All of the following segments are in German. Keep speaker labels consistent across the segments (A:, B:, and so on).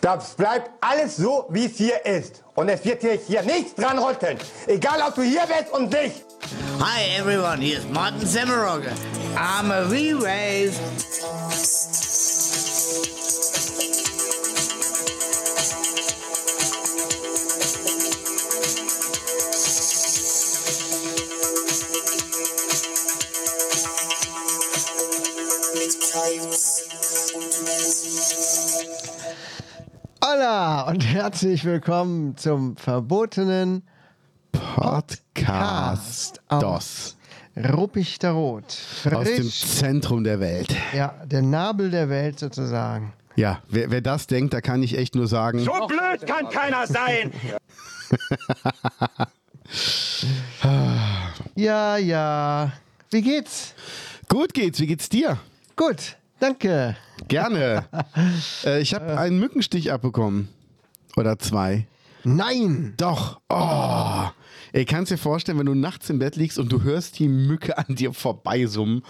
A: Das bleibt alles so, wie es hier ist. Und es wird sich hier nichts dran rütteln. Egal, ob du hier bist und nicht.
B: Hi everyone, here's Martin Semmerogger. I'm a V-Wave.
C: Hola und herzlich willkommen zum verbotenen
D: Podcast
C: Am
D: DOS.
C: Ruppichteroth. Rot.
D: Aus dem
C: Frisch,
D: Zentrum der Welt.
C: ja, der Nabel der Welt sozusagen.
D: Ja, wer, wer das denkt, da kann ich echt nur sagen,
A: So blöd kann keiner sein.
C: Ja, ja. Wie geht's?
D: gut geht's, wie geht's dir?
C: Gut, danke.
D: Gerne. äh, ich habe einen Mückenstich abbekommen. Oder zwei.
C: Nein!
D: Doch. Oh. Ey, kannst dir vorstellen, wenn du nachts im Bett liegst und du hörst die Mücke an dir vorbeisummen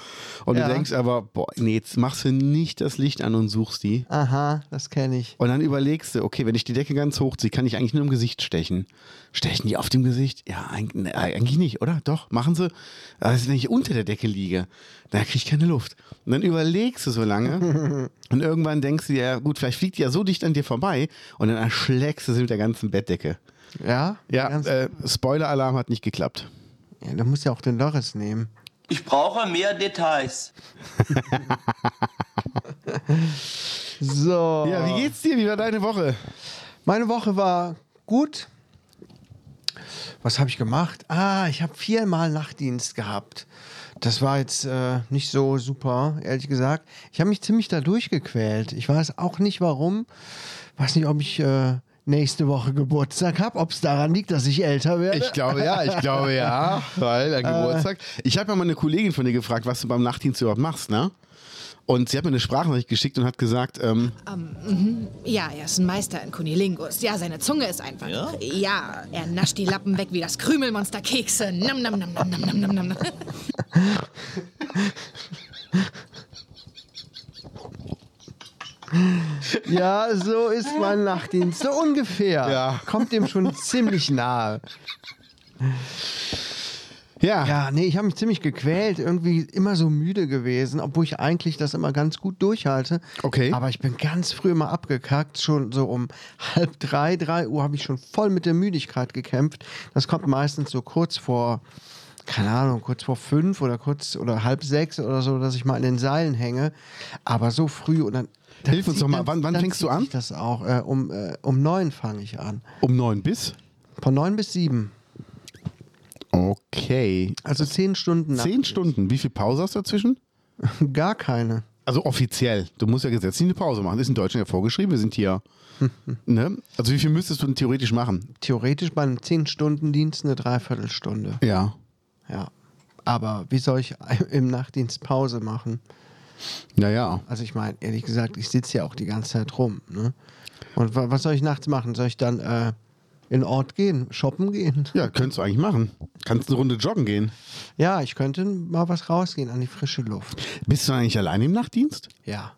D: und
C: Ja.
D: du denkst aber, boah, nee, jetzt machst du nicht das Licht an und suchst die.
C: Aha, das kenne ich.
D: Und dann überlegst du, okay, wenn ich die Decke ganz hochziehe, kann ich eigentlich nur im Gesicht stechen. Stechen die auf dem Gesicht? Ja, eig- ne, eigentlich nicht, oder? Doch, machen sie. Also wenn ich unter der Decke liege, da kriege ich keine Luft. Und dann überlegst du so lange und irgendwann denkst du dir, ja gut, vielleicht fliegt die ja so dicht an dir vorbei und dann erschlägst du sie mit der ganzen Bettdecke.
C: Ja?
D: Ja,
C: Ganz-
D: äh, Spoiler-Alarm hat nicht geklappt.
C: ja da musst du ja auch den Loris nehmen.
E: Ich brauche mehr Details.
C: So.
D: Ja, wie geht's dir? Wie war deine Woche?
C: Meine Woche war gut. Was habe ich gemacht? Ah, ich habe viermal Nachtdienst gehabt. Das war jetzt äh, nicht so super, ehrlich gesagt. Ich habe mich ziemlich da durchgequält. Ich weiß auch nicht warum. Weiß nicht, ob ich äh, nächste Woche Geburtstag habe, ob es daran liegt, dass ich älter werde.
D: Ich glaube ja, ich glaube ja, weil der Geburtstag. Ich habe ja mal eine Kollegin von dir gefragt, was du beim Nachtdienst überhaupt machst, ne? Und sie hat mir eine Sprachnachricht geschickt und hat gesagt, ähm,
F: Ja, er ist ein Meister in Kunilingus. Ja, seine Zunge ist einfach. Ja? er nascht die Lappen weg wie das Krümelmonster Kekse. Nam, nam, nam, nam, nam, nam, nam, nam.
C: ja, so ist mein Nachtdienst. So ungefähr.
D: Ja.
C: Kommt dem schon ziemlich nahe.
D: ja,
C: Ja, nee, ich habe mich ziemlich gequält, irgendwie immer so müde gewesen, obwohl ich eigentlich das immer ganz gut durchhalte.
D: Okay.
C: Aber ich bin ganz früh immer abgekackt, schon so um halb drei, drei Uhr habe ich schon voll mit der Müdigkeit gekämpft. Das kommt meistens so kurz vor, keine Ahnung, kurz vor fünf oder kurz oder halb sechs oder so, dass ich mal in den Seilen hänge. Aber so früh und dann. dann
D: Hilf uns
C: zieht-
D: doch mal,
C: dann-
D: wann- wann
C: dann
D: fängst du
C: zieht
D: an?
C: sich Das auch. Äh, um, äh, um neun fange ich an.
D: um neun bis.
C: Von neun bis sieben.
D: Okay.
C: Also zehn Stunden nach.
D: Zehn Stunden. Wie viel Pause hast du dazwischen?
C: Gar keine.
D: Also offiziell. Du musst ja gesetzlich eine Pause machen. Ist in Deutschland ja vorgeschrieben. Wir sind hier. ne? Also wie viel müsstest du denn theoretisch machen?
C: theoretisch bei einem 10-Stunden-Dienst eine Dreiviertelstunde.
D: Ja.
C: Ja. Aber wie soll ich im Nachtdienst Pause machen?
D: Naja.
C: Also ich meine, ehrlich gesagt, ich sitze ja auch die ganze Zeit rum. Ne? Und wa was soll ich nachts machen? Soll ich dann äh, in den Ort gehen, shoppen gehen?
D: Ja, könntest du eigentlich machen. Kannst eine Runde joggen gehen.
C: Ja, ich könnte mal was rausgehen an die frische Luft.
D: Bist du eigentlich alleine im Nachtdienst?
C: Ja.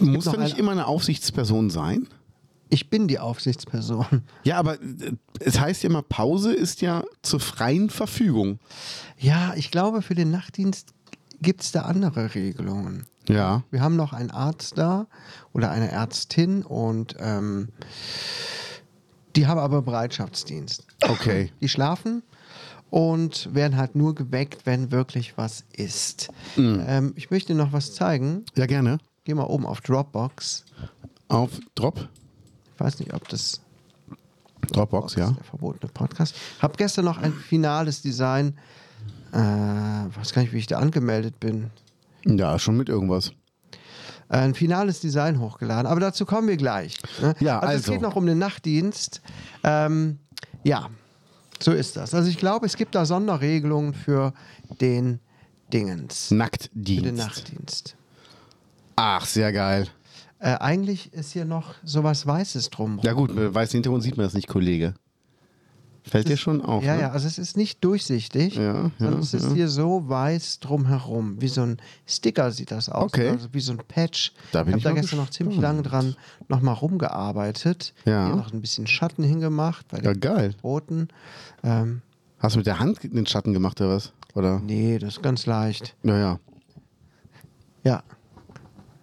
D: Muss
C: noch
D: da nicht
C: eine-
D: immer eine Aufsichtsperson sein?
C: Ich bin die Aufsichtsperson.
D: Ja, aber äh, es heißt ja immer, Pause ist ja zur freien Verfügung.
C: Ja, ich glaube, für den Nachtdienst gibt es da andere Regelungen.
D: Ja.
C: Wir haben noch einen Arzt da oder eine Ärztin und ähm, die haben aber Bereitschaftsdienst.
D: Okay.
C: Die schlafen und werden halt nur geweckt, wenn wirklich was ist.
D: Mhm.
C: Ähm, ich möchte noch was zeigen.
D: Ja, gerne.
C: Geh mal oben auf Dropbox.
D: Auf Drop.
C: Ich weiß nicht, ob das
D: Dropbox,
C: Das
D: ja.
C: ist der verbotene Podcast. Hab gestern noch ein finales Design. Äh, weiß gar nicht, wie ich da angemeldet bin.
D: Ja, schon mit irgendwas.
C: ein finales Design hochgeladen. Aber dazu kommen wir gleich. Ne?
D: Ja,
C: Es
D: also.
C: geht noch um den Nachtdienst. Ähm, ja, so ist das. Also ich glaube, es gibt da Sonderregelungen für den Dingens, für den
D: Nacktdienst.
C: Nachtdienst.
D: Ach, sehr geil.
C: Äh, eigentlich ist hier noch sowas Weißes drum.
D: äh, Ja gut, mit weißem Hintergrund sieht man das nicht, Kollege. Fällt dir schon auf.
C: Ja,
D: ne?
C: ja, also es ist nicht durchsichtig,
D: Ja, ja,
C: sondern es ist hier so weiß drumherum. Wie so ein Sticker sieht das aus,
D: Okay.
C: also wie so ein Patch.
D: Da
C: ich
D: bin
C: habe
D: ich
C: da
D: mal
C: gestern noch ziemlich
D: gespannt.
C: lange dran nochmal rumgearbeitet.
D: Ja.
C: Hier noch ein bisschen Schatten hingemacht bei
D: Ja,
C: den
D: geil.
C: Roten. Ähm,
D: Hast du mit der Hand den Schatten gemacht oder was? Oder?
C: nee, das ist ganz leicht.
D: Naja.
C: Ja,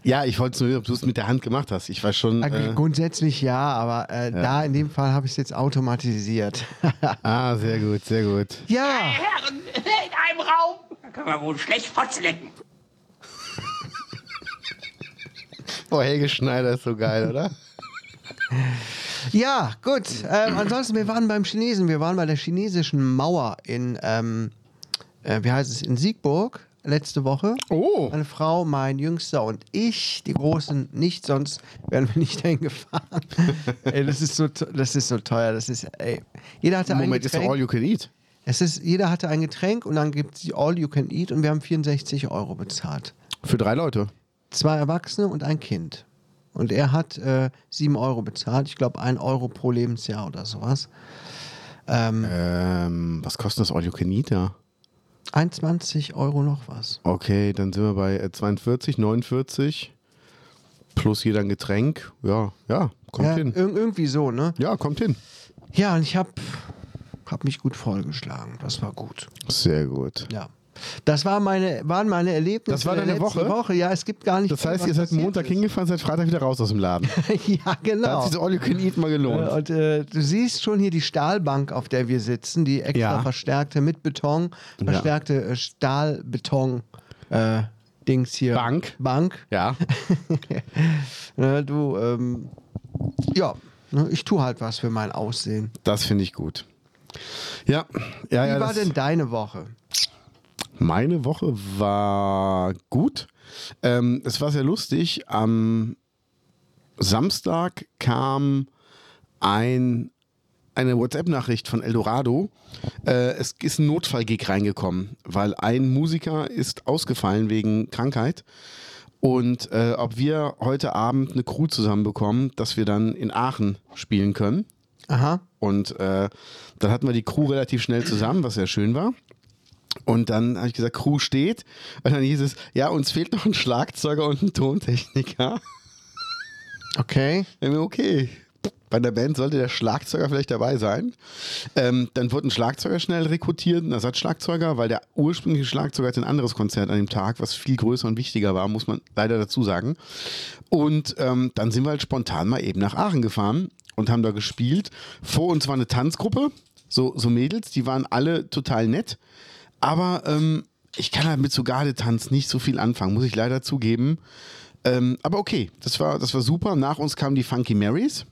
D: Ja, ich wollte nur, ob du es mit der Hand gemacht hast. Ich weiß schon.
C: Äh,
D: Äh,
C: grundsätzlich ja, aber äh, da in dem Fall habe ich es jetzt automatisiert.
D: ah, sehr gut, sehr gut.
C: ja,
G: Herren in einem Raum. Da kann man wohl schlecht Fotze lecken.
D: Oh, Helge Schneider ist so geil, oder?
C: ja, gut. Ähm, ansonsten, wir waren beim Chinesen, wir waren bei der chinesischen Mauer in, ähm, äh, wie heißt es, in Siegburg letzte Woche.
D: Oh.
C: Meine Frau, mein Jüngster und ich, die Großen nicht, sonst wären wir nicht dahin gefahren. ey, das ist so, te- das ist so teuer, das ist, ey. Jeder hatte ein
D: Moment, ist doch
C: Getränk.
D: all you can eat.
C: es ist, jeder hatte ein Getränk und dann gibt es die All You Can Eat und wir haben 64 Euro bezahlt.
D: Für drei Leute.
C: zwei Erwachsene und ein Kind. Und er hat äh, sieben Euro bezahlt. Ich glaube, ein Euro pro Lebensjahr oder sowas.
D: Ähm, was kostet das all you can eat da?
C: 21 Euro noch was.
D: Okay, dann sind wir bei äh, 42, 49. Plus jeder ein Getränk. Ja, ja, kommt
C: Ja,
D: hin.
C: irg irgendwie so, ne?
D: Ja, kommt hin.
C: Ja, und ich habe hab mich gut vollgeschlagen. Das war gut.
D: Sehr gut.
C: Ja. Das war meine, waren meine Erlebnisse.
D: Das war
C: der
D: deine
C: letzten
D: Woche?
C: Woche? Ja, es gibt gar nicht.
D: Das
C: viel,
D: heißt,
C: was
D: ihr seid
C: passiert
D: Montag
C: ist.
D: hingefahren, seid Freitag wieder raus aus dem Laden.
C: ja,
D: Da hat
C: genau.
D: sich das all you can eat mal gelohnt.
C: Äh, Und äh, du siehst schon hier die Stahlbank, auf der wir sitzen, die extra
D: Ja.
C: verstärkte mit Beton, verstärkte äh, Stahlbeton. Äh, Dings hier.
D: Bank.
C: Bank.
D: Ja.
C: Ne, du, ähm, ja, ne, ich tue halt was für mein Aussehen.
D: Das finde ich gut. Ja, ja,
C: Wie
D: ja.
C: war
D: das-
C: denn deine Woche?
D: Meine Woche war gut. Ähm, es war sehr lustig. Am Samstag kam ein, eine WhatsApp-Nachricht von Eldorado. Äh, es ist ein Notfall-Gig reingekommen, weil ein Musiker ist ausgefallen wegen Krankheit. Und äh, ob wir heute Abend eine Crew zusammenbekommen, dass wir dann in Aachen spielen können.
C: Aha.
D: Und äh, dann hatten wir die Crew relativ schnell zusammen, was sehr schön war. Und dann habe ich gesagt, Crew steht. Und dann hieß es, ja, uns fehlt noch ein Schlagzeuger und ein Tontechniker.
C: Okay.
D: Dann haben wir, Okay. Bei der Band sollte der Schlagzeuger vielleicht dabei sein. Ähm, dann wurde ein Schlagzeuger schnell rekrutiert, ein Ersatzschlagzeuger, weil der ursprüngliche Schlagzeuger hatte ein anderes Konzert an dem Tag, was viel größer und wichtiger war, muss man leider dazu sagen. Und ähm, dann sind wir halt spontan mal eben nach Aachen gefahren und haben da gespielt. Vor uns war eine Tanzgruppe, so, so Mädels, die waren alle total nett. Aber ähm, ich kann halt mit Sugade-Tanz nicht so viel anfangen, muss ich leider zugeben. Ähm, aber okay, das war, das war super. Nach uns kamen die Funky Marys,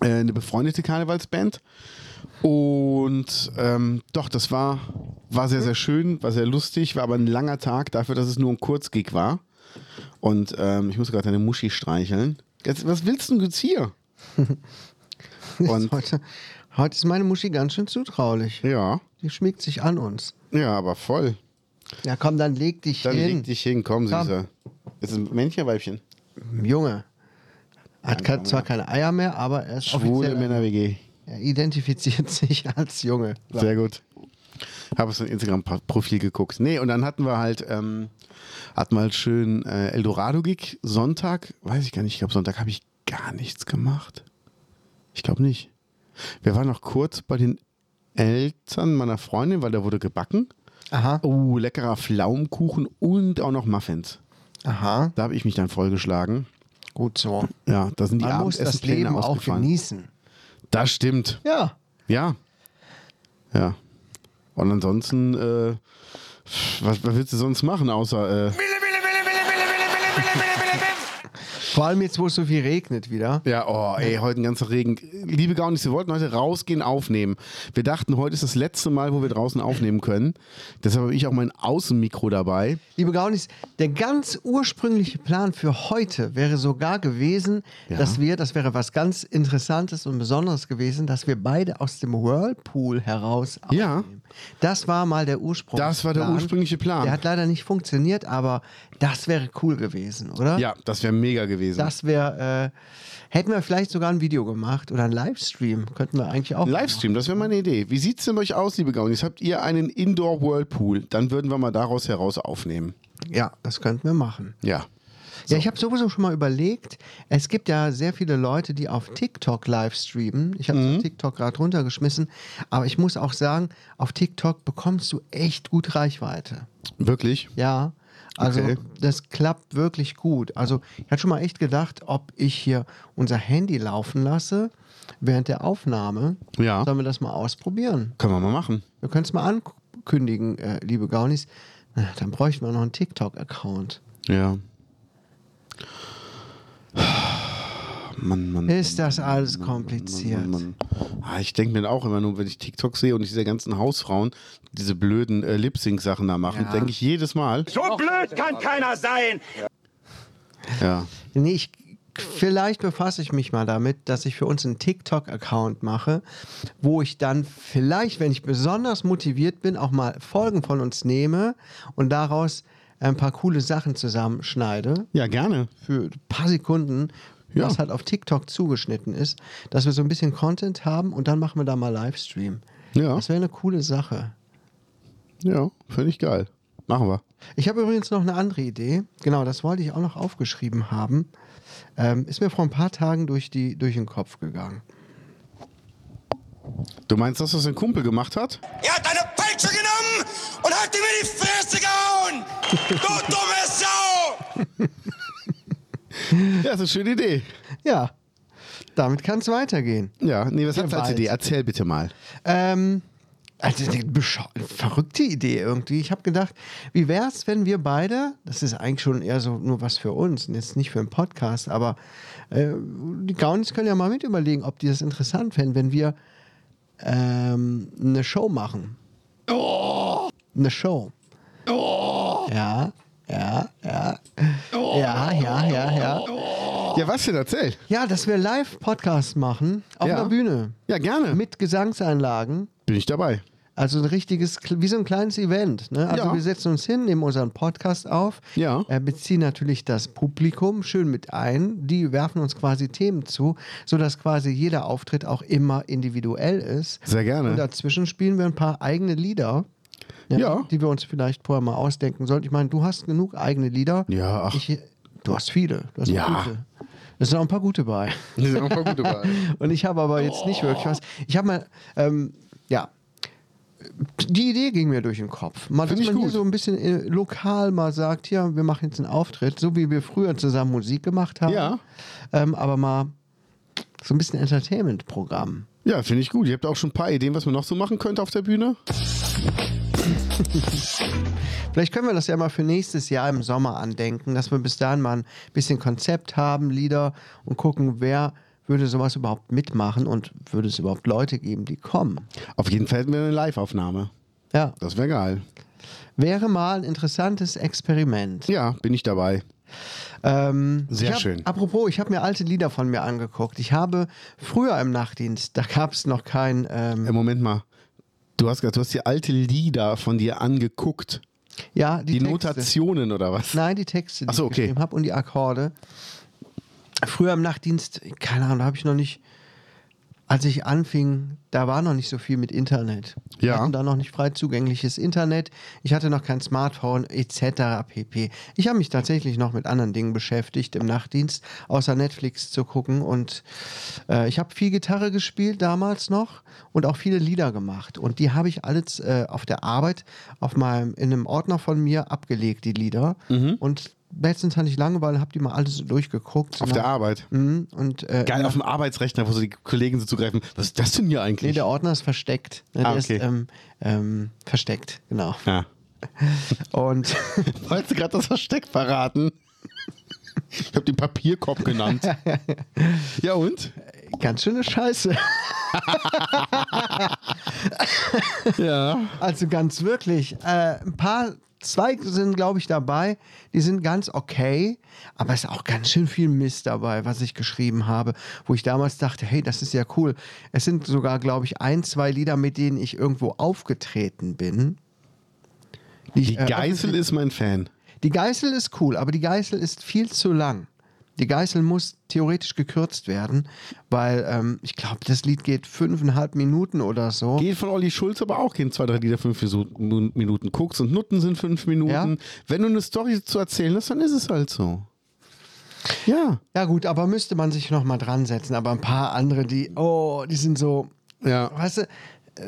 D: äh, eine befreundete Karnevalsband. Und ähm, doch, das war, war sehr, sehr schön, war sehr lustig, war aber ein langer Tag dafür, dass es nur ein Kurzgig war. Und ähm, ich muss gerade deine Muschi streicheln. Jetzt, was willst denn jetzt hier? Und
C: Heute, heute ist meine Muschi ganz schön zutraulich.
D: ja,
C: Die schmiegt sich an uns.
D: ja, aber voll.
C: Ja, komm, dann leg dich
D: Dann
C: hin.
D: leg dich hin, komm,
C: Komm.
D: Süßer. Ist es ein Männchen, oder Weibchen?
C: Junge. Hat ke- zwar keine Eier mehr, aber er ist
D: Schwule
C: offiziell-
D: Männer-WG.
C: Er identifiziert sich als Junge.
D: Sehr gut. Habe auf sein Instagram-Profil geguckt. Nee, und dann hatten wir halt, ähm, hatten wir halt schön äh, Eldorado-Gig. Sonntag, weiß ich gar nicht, ich glaube, Sonntag habe ich gar nichts gemacht. Ich glaube nicht. Wir waren noch kurz bei den Eltern meiner Freundin, weil da wurde gebacken.
C: Aha.
D: Oh, leckerer Pflaumenkuchen und auch noch Muffins.
C: Aha.
D: Da habe ich mich dann vollgeschlagen.
C: Gut so.
D: Ja, da sind die
C: Man muss das
D: Abendessenpläne
C: Leben auch
D: ausgefallen.
C: genießen.
D: Das stimmt.
C: Ja.
D: Ja. Ja. Und ansonsten, äh, was, was willst du sonst machen, außer. Äh,
C: Vor allem jetzt, wo es so viel regnet wieder.
D: ja, oh, ey, heute ein ganzer Regen. Liebe Gaunis, wir wollten heute rausgehen, aufnehmen. Wir dachten, heute ist das letzte Mal, wo wir draußen aufnehmen können. Deshalb habe ich auch mein Außenmikro dabei.
C: Liebe Gaunis, der ganz ursprüngliche Plan für heute wäre sogar gewesen,
D: Ja.
C: dass wir, das wäre was ganz Interessantes und Besonderes gewesen, dass wir beide aus dem Whirlpool heraus aufnehmen.
D: Ja.
C: Das war mal der Ursprung.
D: Das war der ursprüngliche Plan.
C: Der hat leider nicht funktioniert, aber Das wäre cool gewesen, oder?
D: Ja, das wäre mega gewesen.
C: Das wäre, äh, hätten wir vielleicht sogar ein Video gemacht oder einen Livestream, könnten wir eigentlich auch.
D: Ein Livestream, das wäre meine Idee. Wie sieht es denn bei euch aus, liebe Gaunis? Habt ihr einen Indoor-Whirlpool? Dann würden wir mal daraus heraus aufnehmen.
C: Ja, das könnten wir machen.
D: Ja.
C: Ja, ich habe sowieso schon mal überlegt, es gibt ja sehr viele Leute, die auf TikTok live streamen. Ich habe
D: Mhm.
C: TikTok gerade runtergeschmissen, aber ich muss auch sagen, auf TikTok bekommst du echt gut Reichweite.
D: Wirklich?
C: Ja. Also
D: Okay.
C: das klappt wirklich gut. Also ich hatte schon mal echt gedacht, ob ich hier unser Handy laufen lasse während der Aufnahme.
D: Ja.
C: Sollen wir das mal ausprobieren?
D: Können wir mal machen.
C: Wir können es mal ankündigen, äh, liebe Gaunis. Na, dann bräuchten wir noch einen TikTok-Account.
D: Ja. Mann, Mann.
C: Ist das alles kompliziert?
D: Mann, Mann. Ah, ich denke mir auch immer nur, wenn ich TikTok sehe und diese ganzen Hausfrauen diese blöden äh, Lip-Sync-Sachen da machen, denke ich jedes Mal.
G: So blöd kann keiner sein.
D: Ja.
C: Nee, ich, vielleicht befasse ich mich mal damit, dass ich für uns einen TikTok-Account mache, wo ich dann vielleicht, wenn ich besonders motiviert bin, auch mal Folgen von uns nehme und daraus ein paar coole Sachen zusammenschneide
D: ja, gerne.
C: für ein paar Sekunden,
D: Ja.
C: was halt auf TikTok zugeschnitten ist, dass wir so ein bisschen Content haben und dann machen wir da mal Livestream.
D: Ja.
C: Das wäre eine coole Sache.
D: Ja, finde ich geil. Machen wir.
C: Ich habe übrigens noch eine andere Idee. Genau, das wollte ich auch noch aufgeschrieben haben. Ähm, ist mir vor ein paar Tagen durch, die, durch den Kopf gegangen.
D: Du meinst, dass das ein Kumpel gemacht hat?
H: Er hat eine Peitsche genommen und hat ihm in die Fresse gehauen. Du dumme Sau!
D: Ja, ist eine schöne Idee.
C: Ja, damit kann es weitergehen.
D: Ja, nee, was hat's als
C: Gewalt.
D: Idee? Erzähl bitte mal.
C: Ähm, also eine bescho- verrückte Idee irgendwie. Ich habe gedacht, wie wäre es, wenn wir beide, das ist eigentlich schon eher so nur was für uns, und jetzt nicht für einen Podcast, aber äh, die Gaunis können ja mal mit überlegen, ob die das interessant fänden, wenn wir ähm, eine Show machen. Eine Show. Ja, ja, ja. Ja, ja, ja, ja.
D: Ja, was denn? Erzähl.
C: Ja, dass wir Live-Podcast machen auf
D: Ja.
C: einer Bühne.
D: Ja, gerne.
C: Mit Gesangseinlagen.
D: Bin ich dabei.
C: Also ein richtiges, wie so ein kleines Event. Ne? Also
D: Ja.
C: wir setzen uns hin, nehmen unseren Podcast auf,
D: Ja.
C: äh, beziehen natürlich das Publikum schön mit ein. Die werfen uns quasi Themen zu, sodass quasi jeder Auftritt auch immer individuell ist.
D: Sehr gerne.
C: Und dazwischen spielen wir ein paar eigene Lieder.
D: Ja.
C: Die wir uns vielleicht vorher mal ausdenken sollten. Ich meine, du hast genug eigene Lieder.
D: Ja, ach.
C: Ich, du hast viele. Du hast
D: Ja.
C: gute. Es sind auch ein paar gute bei.
D: Wir sind auch voll gut dabei.
C: Und ich habe aber jetzt nicht wirklich was. Ich habe mal, ähm, ja, die Idee ging mir durch den Kopf. Mal, dass
D: Finde ich
C: man hier
D: gut.
C: so ein bisschen äh, lokal mal sagt, hier, wir machen jetzt einen Auftritt, so wie wir früher zusammen Musik gemacht haben.
D: Ja.
C: Ähm, aber mal so ein bisschen Entertainment-Programm.
D: Ja, finde ich gut. Ihr habt auch schon ein paar Ideen, was man noch so machen könnte auf der Bühne.
C: Vielleicht können wir das ja mal für nächstes Jahr im Sommer andenken, dass wir bis dahin mal ein bisschen Konzept haben, Lieder und gucken, wer würde sowas überhaupt mitmachen und würde es überhaupt Leute geben, die kommen.
D: Auf jeden Fall hätten wir eine Live-Aufnahme.
C: Ja.
D: Das wäre geil.
C: Wäre mal ein interessantes Experiment.
D: Ja, bin ich dabei.
C: Ähm,
D: Sehr
C: ich hab,
D: schön.
C: Apropos, ich habe mir alte Lieder von mir angeguckt. Ich habe früher im Nachtdienst, da gab es noch kein. Ähm,
D: Äh, Moment mal. Du hast gesagt, du hast die alte Lieder von dir angeguckt.
C: ja, die,
D: Die,
C: Texte.
D: Notationen oder was?
C: Nein, die Texte, die
D: Ach so,
C: ich
D: okay.
C: geschrieben habe und die Akkorde. Früher im Nachtdienst, keine Ahnung, da habe ich noch nicht. Als ich anfing, da war noch nicht so viel mit Internet. Wir
D: Ja.
C: hatten da noch nicht frei zugängliches Internet. Ich hatte noch kein Smartphone etc. pp. Ich habe mich tatsächlich noch mit anderen Dingen beschäftigt im Nachtdienst, außer Netflix zu gucken. Und äh, ich habe viel Gitarre gespielt damals noch und auch viele Lieder gemacht. Und die habe ich alles äh, auf der Arbeit auf meinem, in einem Ordner von mir abgelegt, die Lieder.
D: Mhm.
C: Und letztens hatte ich Langeweile, habe die mal alles so durchgeguckt.
D: Auf der Arbeit.
C: Mhm, Und äh,
D: Geil, auf dem Arbeitsrechner, wo so die Kollegen so zugreifen. Was ist das denn hier
C: Nee,
D: eigentlich?
C: der Ordner ist versteckt. Ne,
D: Ah,
C: der
D: okay.
C: ist ähm, ähm, versteckt, genau.
D: ja.
C: Und
D: Wolltest du gerade das Versteck verraten? Ich habe den Papierkorb genannt. Ja und?
C: ganz schöne Scheiße.
D: Ja.
C: Also ganz wirklich. Äh, ein paar, zwei sind, glaube ich, dabei. Die sind ganz okay. Aber es ist auch ganz schön viel Mist dabei, was ich geschrieben habe, wo ich damals dachte, hey, das ist ja cool. Es sind sogar, glaube ich, ein, zwei Lieder, mit denen ich irgendwo aufgetreten bin.
D: Die
C: äh,
D: Geißel ist mein Fan.
C: Die Geißel ist cool, aber die Geißel ist viel zu lang. Die Geißel muss theoretisch gekürzt werden, weil ähm, ich glaube, das Lied geht fünfeinhalb Minuten oder so.
D: Geht von Olli Schulz aber auch gehen zwei, drei Lieder fünf Misu- Mun- Minuten. Koks und Nutten sind fünf Minuten.
C: Ja.
D: Wenn du eine Story zu erzählen hast, dann ist es halt so. Ja.
C: Ja gut, aber müsste man sich noch mal dran setzen. Aber ein paar andere, die, oh, die sind so,
D: Ja.
C: weißt du, äh,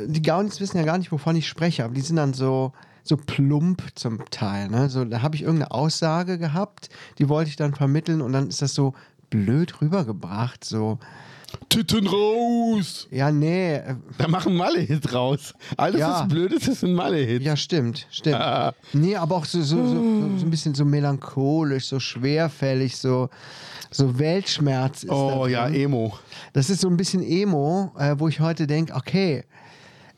C: die Gaunis wissen ja gar nicht, wovon ich spreche, aber die sind dann so, so plump zum Teil. Ne? So, da habe ich irgendeine Aussage gehabt, die wollte ich dann vermitteln und dann ist das so blöd rübergebracht. So,
D: Titten raus!
C: ja, nee, äh,
D: Da machen Malle-Hit raus. Alles
C: Ja.
D: ist blöd, das ist ein Malle-Hit.
C: ja, stimmt, stimmt. Nee, aber auch so, so, so, so, so ein bisschen so melancholisch, so schwerfällig, so, so Weltschmerz ist
D: Oh
C: da
D: ja,
C: drin.
D: Emo.
C: Das ist so ein bisschen Emo, äh, wo ich heute denke, okay,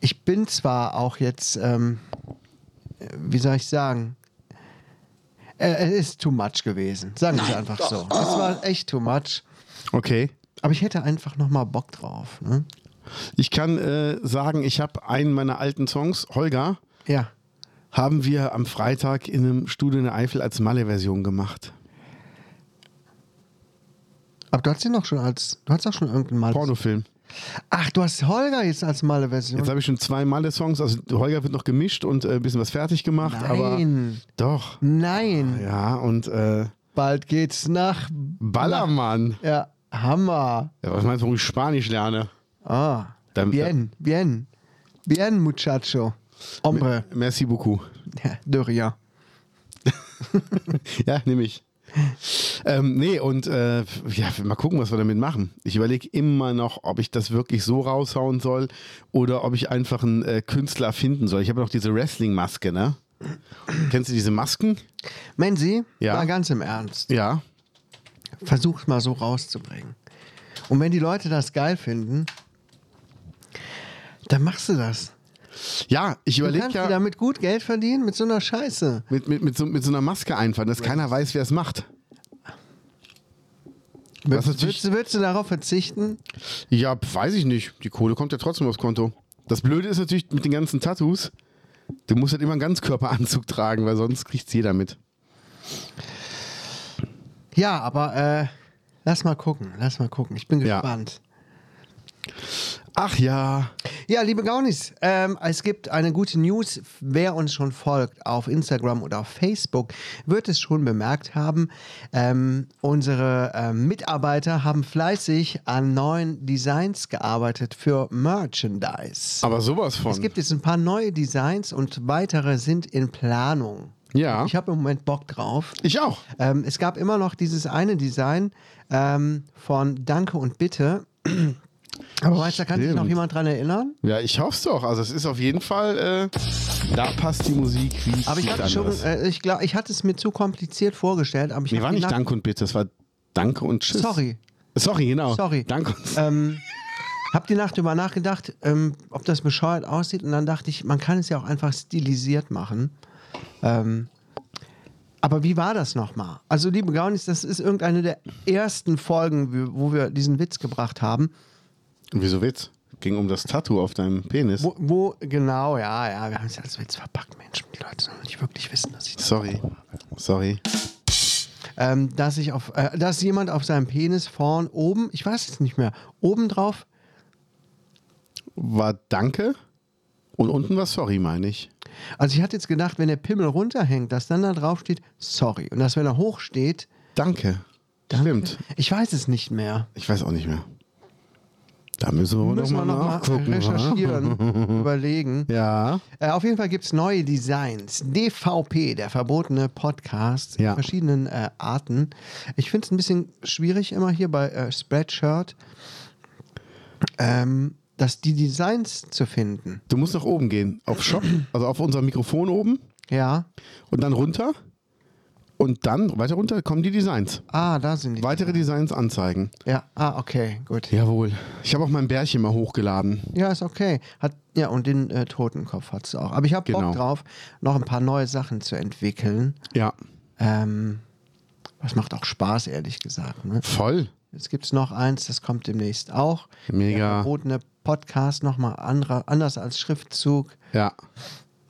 C: ich bin zwar auch jetzt, ähm, äh, wie soll ich sagen, äh, es ist too much gewesen. Sagen wir es einfach so. Es war echt too much.
D: Okay.
C: Aber ich hätte einfach nochmal Bock drauf. Ne?
D: Ich kann äh, sagen, ich habe einen meiner alten Songs, Holger,
C: Ja.
D: haben wir am Freitag in einem Studio in der Eifel als Malle-Version gemacht.
C: Aber du hast ihn noch schon als, du hast auch schon irgendein Mal.
D: Pornofilm.
C: Ach, du hast Holger jetzt als Male-Version.
D: Jetzt habe ich schon zwei Malle-Songs. Also Holger wird noch gemischt und äh, ein bisschen was fertig gemacht.
C: Nein.
D: Aber doch.
C: Nein.
D: Ja, und äh,
C: Bald geht's nach.
D: Ballermann.
C: Ja, Hammer.
D: Ja, was meinst du, warum ich Spanisch lerne?
C: Ah.
D: Dann- äh,
C: bien, bien. Bien, muchacho. Hombre.
D: Merci beaucoup.
C: Ja, De rien.
D: Ja, nehme ich. Ähm, nee, und äh, ja, mal gucken, was wir damit machen. Ich überlege immer noch, ob ich das wirklich so raushauen soll oder ob ich einfach einen äh, Künstler finden soll. Ich habe noch diese Wrestling-Maske, ne? Kennst du diese Masken?
C: Meinen Sie,
D: Ja.
C: mal ganz im Ernst,
D: Ja.
C: versucht mal so rauszubringen. Und wenn die Leute das geil finden, dann machst du das.
D: Ja, ich
C: Du
D: überlege
C: kannst dir
D: ja
C: damit gut Geld verdienen, mit so einer Scheiße.
D: mit, mit, mit, so, mit so einer Maske einfach, dass keiner weiß, wer es macht.
C: Würdest,
D: Was natürlich-
C: würdest, würdest du darauf verzichten?
D: Ja, pf, weiß ich nicht. Die Kohle kommt ja trotzdem aufs Konto. Das Blöde ist natürlich mit den ganzen Tattoos, du musst halt immer einen Ganzkörperanzug tragen, weil sonst kriegt jeder mit.
C: Ja, aber äh, lass mal gucken, lass mal gucken. Ich bin
D: Ja.
C: gespannt.
D: Ach ja.
C: Ja, liebe Gaunis, ähm, es gibt eine gute News. Wer uns schon folgt auf Instagram oder auf Facebook, wird es schon bemerkt haben. Ähm, unsere ähm, Mitarbeiter haben fleißig an neuen Designs gearbeitet für Merchandise.
D: Aber sowas von.
C: Es gibt jetzt ein paar neue Designs und weitere sind in Planung.
D: Ja.
C: Ich habe im Moment Bock drauf.
D: ich auch.
C: Ähm, es gab immer noch dieses eine Design ähm, von Danke und Bitte. Aber weißt du, da kann sich noch
D: Stimmt.
C: jemand dran erinnern?
D: Ja, ich hoffe es doch. Also es ist auf jeden Fall, äh, da passt die Musik wie
C: Aber ich hatte, schon, äh, ich, glaub, ich hatte es mir zu kompliziert vorgestellt. Aber ich
D: nee,
C: hab
D: war nicht
C: gedacht-
D: Dank und Bitte, das war Danke und Tschüss.
C: Sorry.
D: Sorry, genau.
C: Sorry.
D: Dank und
C: Ähm, hab die Nacht über nachgedacht, ähm, ob das bescheuert aussieht. Und dann dachte ich, man kann es ja auch einfach stilisiert machen. Ähm, aber wie war das nochmal? Also, liebe Gaunis, das ist irgendeine der ersten Folgen, wo wir diesen Witz gebracht haben.
D: Wieso Witz? Ging um das Tattoo auf deinem Penis.
C: Wo, wo genau, ja, ja, wir haben es ja als Witz verpackt, Mensch, die Leute sollen nicht wirklich wissen, dass ich das.
D: Sorry. Sorry.
C: Ähm, dass ich auf, äh, dass jemand auf seinem Penis vorn oben, ich weiß es nicht mehr, oben drauf,
D: War Danke und unten war Sorry, meine ich.
C: also ich hatte jetzt gedacht, wenn der Pimmel runterhängt, dass dann da drauf steht, sorry. Und dass wenn er hoch steht,
D: Danke. Stimmt.
C: ich weiß es nicht mehr.
D: Ich weiß auch nicht mehr. Da müssen wir
C: Müssen wir nochmal
D: nochmal nachgucken.
C: recherchieren, überlegen.
D: wa? Ja.
C: Äh, auf jeden Fall gibt es neue Designs. DVP, der verbotene Podcast,
D: Ja.
C: in verschiedenen äh, Arten. Ich finde es ein bisschen schwierig immer hier bei äh, Spreadshirt, ähm, dass die Designs zu finden.
D: Du musst nach oben gehen. Auf Shop, also auf unser Mikrofon oben.
C: Ja.
D: Und dann runter. Und dann weiter runter kommen die Designs.
C: Ah, da sind die.
D: Weitere Designs anzeigen.
C: Ja, ah, okay, gut. Ja,
D: Jawohl. Ich habe auch mein Bärchen mal hochgeladen.
C: ist okay. Hat, ja, und den äh, Totenkopf hat es auch. Aber ich habe
D: Genau.
C: Bock drauf, noch ein paar neue Sachen zu entwickeln.
D: Ja.
C: Ähm, das macht auch Spaß, ehrlich gesagt. Ne?
D: Voll.
C: Jetzt gibt es noch eins, das kommt demnächst auch.
D: Mega.
C: Der verbotene Podcast, nochmal andere, anders als Schriftzug.
D: Ja.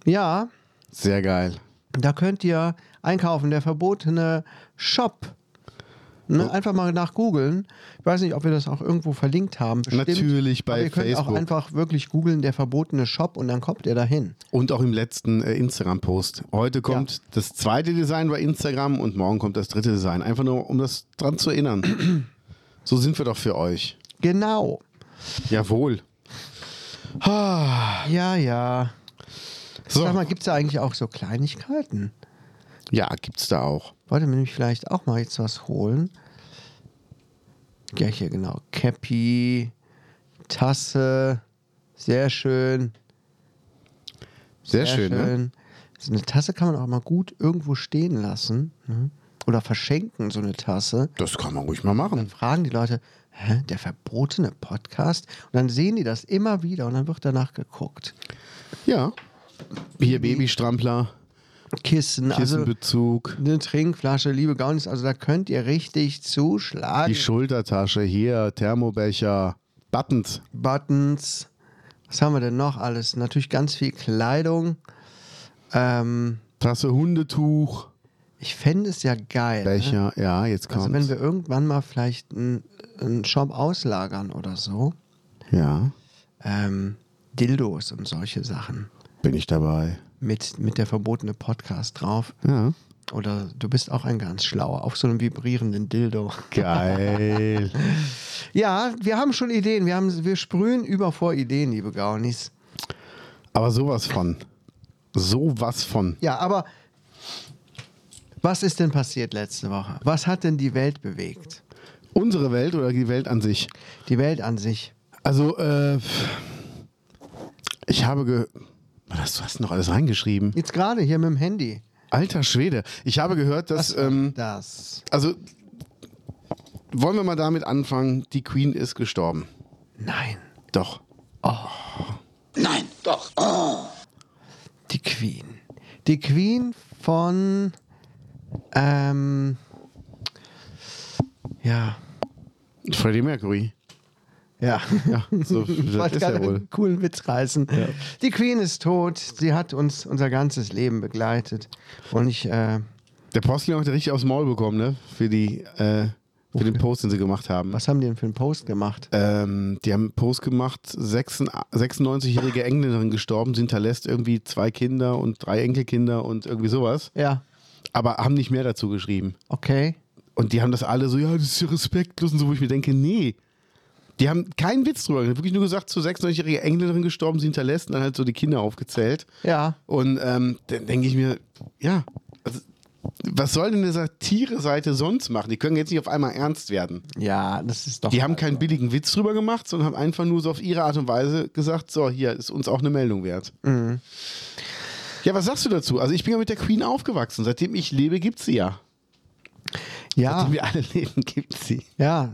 C: Ja,
D: Sehr geil.
C: da könnt ihr einkaufen, der verbotene Shop.
D: Oh.
C: Ne? Einfach mal nach googeln. Ich weiß nicht, ob wir das auch irgendwo verlinkt haben. Bestimmt.
D: Natürlich bei
C: Aber ihr könnt auch
D: Facebook.
C: einfach wirklich googeln, der verbotene Shop und dann kommt ihr dahin.
D: Und auch im letzten äh, Instagram-Post. Heute kommt das zweite Design bei Instagram und morgen kommt das dritte Design. Einfach nur, um das dran zu erinnern. so sind wir doch für euch.
C: Genau.
D: Jawohl.
C: Ja, ja.
D: So.
C: Sag mal, gibt es da eigentlich auch so Kleinigkeiten?
D: Ja, gibt's da auch.
C: Wollte mir nämlich vielleicht auch mal jetzt was holen. Ja, hier genau. Cappy, Tasse, sehr schön.
D: Sehr, schön, ne?
C: So eine Tasse kann man auch mal gut irgendwo stehen lassen. Ne? Oder verschenken, so eine Tasse.
D: Das kann man ruhig mal
C: Dann
D: machen.
C: fragen die Leute, hä, der verbotene Podcast? Und dann sehen die das immer wieder und dann wird danach geguckt.
D: Ja. Hier Babystrampler,
C: Kissen, also
D: Kissenbezug,
C: eine Trinkflasche, liebe Gaunis, also da könnt ihr richtig zuschlagen.
D: die Schultertasche, hier Thermobecher, Buttons.
C: Buttons. Was haben wir denn noch alles? Natürlich ganz viel Kleidung. Ähm,
D: Tasse Hundetuch,
C: ich fände es ja geil. Ne?
D: Becher. Ja, jetzt
C: Also
D: kommt.
C: wenn wir irgendwann mal vielleicht einen einen Shop auslagern oder so.
D: ja,
C: Ähm, Dildos und solche Sachen.
D: bin ich dabei.
C: Mit, mit der verbotene Podcast drauf.
D: Ja.
C: Oder du bist auch ein ganz schlauer, auf so einem vibrierenden Dildo.
D: Geil.
C: Ja, wir haben schon Ideen. Wir, haben, wir sprühen über vor Ideen, liebe Gaunis.
D: Aber sowas von. Sowas von.
C: Ja, aber was ist denn passiert letzte Woche? Was hat denn die Welt bewegt?
D: Unsere Welt oder die Welt an sich?
C: Die Welt an sich.
D: Also, äh, ich habe ge. Was, du hast noch alles reingeschrieben.
C: Jetzt gerade hier mit dem Handy.
D: Alter Schwede. Ich habe gehört, dass. Ähm,
C: Das.
D: also, wollen wir mal damit anfangen? Die Queen ist gestorben.
C: Nein,
D: Doch.
G: Nein, doch.
C: die Queen. Die Queen von. Ähm. Ja.
D: Freddie Mercury.
C: Ja.
D: Ja, so,
C: Ich
D: das
C: wollte
D: ist ja
C: gerade
D: wohl.
C: einen coolen Witz reißen. Die Queen ist tot. Sie hat uns unser ganzes Leben begleitet. Und ich. Äh,
D: Der Postling hat richtig aufs Maul bekommen, ne? Für, die, äh, für den Post, den sie gemacht haben.
C: was haben die denn für einen Post gemacht?
D: Ähm, die haben einen Post gemacht, 96-jährige Engländerin gestorben, sie hinterlässt irgendwie zwei Kinder und drei Enkelkinder und irgendwie sowas,
C: Ja.
D: aber haben nicht mehr dazu geschrieben.
C: Okay.
D: Und die haben das alle so, ja, das ist ja respektlos und so, wo ich mir denke, nee. Die haben keinen Witz drüber gemacht, wirklich nur gesagt, zu 96-jährige Engländerin gestorben, sie hinterlässt und dann halt so die Kinder aufgezählt.
C: Ja.
D: Und ähm, dann denke ich mir, ja, also, was soll denn eine Satire-Seite sonst machen? Die können jetzt nicht auf einmal ernst werden.
C: Ja, das ist doch.
D: Die haben keinen billigen Witz drüber gemacht, sondern haben einfach nur so auf ihre Art und Weise gesagt, so, hier ist uns auch eine Meldung wert. Ja, was sagst du dazu? Also ich bin ja mit der Queen aufgewachsen. Seitdem ich lebe, gibt sie ja.
C: ja,
D: Seitdem wir alle leben, gibt sie.
C: ja.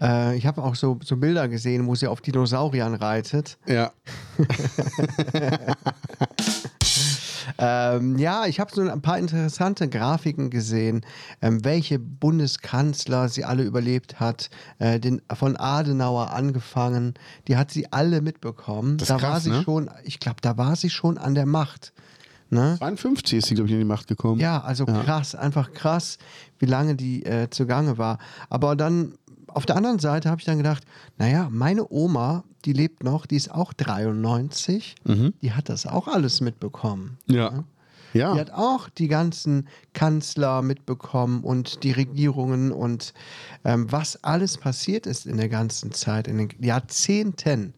C: Äh, ich habe auch so, so Bilder gesehen, wo sie auf Dinosauriern reitet.
D: Ja.
C: Ähm, ja, ich habe so ein paar interessante Grafiken gesehen, ähm, welche Bundeskanzler sie alle überlebt hat, äh, den, von Adenauer angefangen. Die hat sie alle mitbekommen.
D: Das ist
C: da
D: krass,
C: war sie
D: ne?
C: schon, ich glaube, da war sie schon an der Macht. Ne?
D: 52 ist sie, glaube ich, in die Macht gekommen.
C: Ja, also krass, einfach krass, wie lange die äh, zugange war. Aber dann auf der anderen Seite habe ich dann gedacht, naja, meine Oma, die lebt noch, die ist auch 93, die hat das auch alles mitbekommen.
D: Mhm. Ja. Ja.
C: Die hat auch die ganzen Kanzler mitbekommen und die Regierungen und ähm, was alles passiert ist in der ganzen Zeit, in den Jahrzehnten.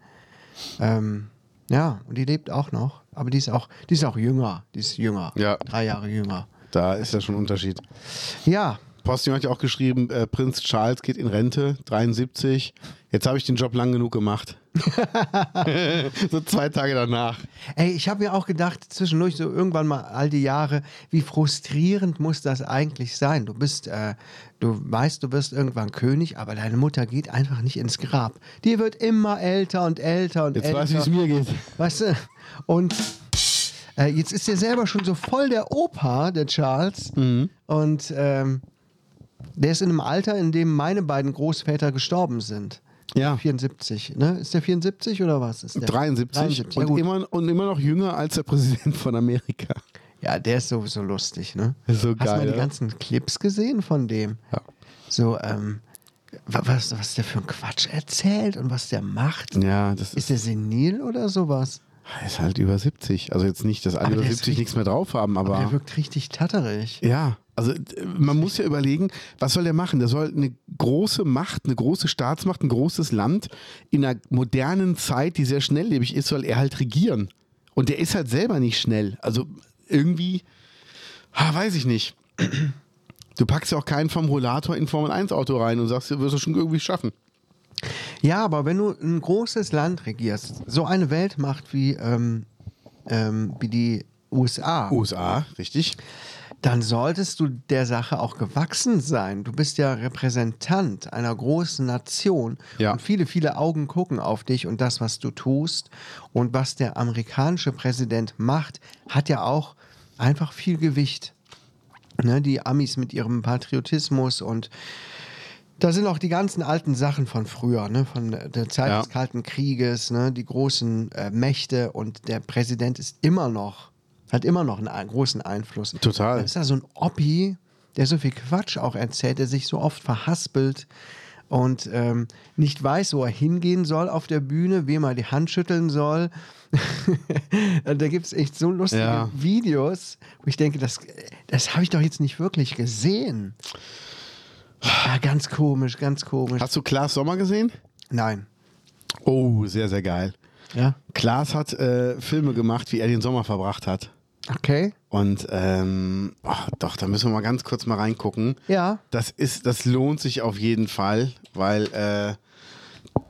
C: Ähm, ja, und die lebt auch noch, aber die ist auch, die ist auch jünger, die ist jünger,
D: Ja.
C: drei Jahre jünger.
D: Da ist ja schon ein Unterschied.
C: Ja,
D: Posting hat ja auch geschrieben, äh, Prinz Charles geht in Rente, 73. Jetzt habe ich den Job lang genug gemacht. so zwei Tage danach.
C: ey, ich habe mir auch gedacht, zwischendurch so irgendwann mal all die Jahre, wie frustrierend muss das eigentlich sein? Du bist, äh, du weißt, du wirst irgendwann König, aber deine Mutter geht einfach nicht ins Grab. Die wird immer älter und älter und
D: Jetzt
C: älter.
D: weiß ich, wie es mir geht.
C: Weißt du? Und äh, jetzt ist er selber schon so voll der Opa, der Charles.
D: Mhm.
C: Und ähm, der ist in einem Alter, in dem meine beiden Großväter gestorben sind.
D: Ja.
C: 74, ne? Ist der 74 oder was? Ist der?
D: 73,
C: ja,
D: und,
C: gut.
D: immer, und immer noch jünger als der Präsident von Amerika.
C: Ja, der ist sowieso lustig, ne?
D: Ist so
C: Hast du mal
D: geil,
C: die
D: ne?
C: ganzen Clips gesehen von dem?
D: Ja.
C: So, ähm, wa- was, was der für einen Quatsch erzählt und was der macht?
D: Ja, das
C: Ist
D: ist,
C: der senil oder sowas?
D: ist halt über 70. Also jetzt nicht, dass alle
C: Aber
D: über
C: der ist
D: 70 nichts
C: richtig-
D: mehr drauf haben, aber.
C: Der wirkt richtig tatterig.
D: Ja, also äh, man muss ja überlegen, was soll der machen? Der soll eine große Macht, eine große Staatsmacht, ein großes Land in einer modernen Zeit, die sehr schnelllebig ist, soll er halt regieren. Und der ist halt selber nicht schnell. Also irgendwie, ha, weiß ich nicht. Du packst ja auch keinen vom Rollator in Formel 1 Auto rein und sagst, du wirst das schon irgendwie schaffen.
C: Ja, aber wenn du ein großes Land regierst, so eine Weltmacht wie, ähm, ähm, wie die USA,
D: USA, richtig?
C: dann solltest du der Sache auch gewachsen sein. Du bist ja Repräsentant einer großen Nation
D: Ja.
C: und viele, viele Augen gucken auf dich und das, was du tust. Und was der amerikanische Präsident macht, hat ja auch einfach viel Gewicht. Ne, die Amis mit ihrem Patriotismus und da sind auch die ganzen alten Sachen von früher, ne? von der Zeit
D: Ja.
C: des Kalten Krieges, ne? die großen äh, Mächte und der Präsident ist immer noch, hat immer noch einen ein- großen Einfluss.
D: Total.
C: Dann ist da so ein Oppi, der so viel Quatsch auch erzählt, der sich so oft verhaspelt und ähm, nicht weiß, wo er hingehen soll auf der Bühne, wem er die Hand schütteln soll. da gibt es echt so lustige
D: Ja.
C: Videos, wo ich denke, das, das habe ich doch jetzt nicht wirklich gesehen. Ja, ganz komisch, ganz komisch.
D: Hast du Klaas Sommer gesehen?
C: Nein.
D: Oh, sehr, sehr geil.
C: Ja.
D: Klaas hat äh, Filme gemacht, wie er den Sommer verbracht hat.
C: Okay.
D: Und ähm, ach, doch, da müssen wir mal ganz kurz mal reingucken.
C: Ja.
D: Das ist, das lohnt sich auf jeden Fall, weil äh,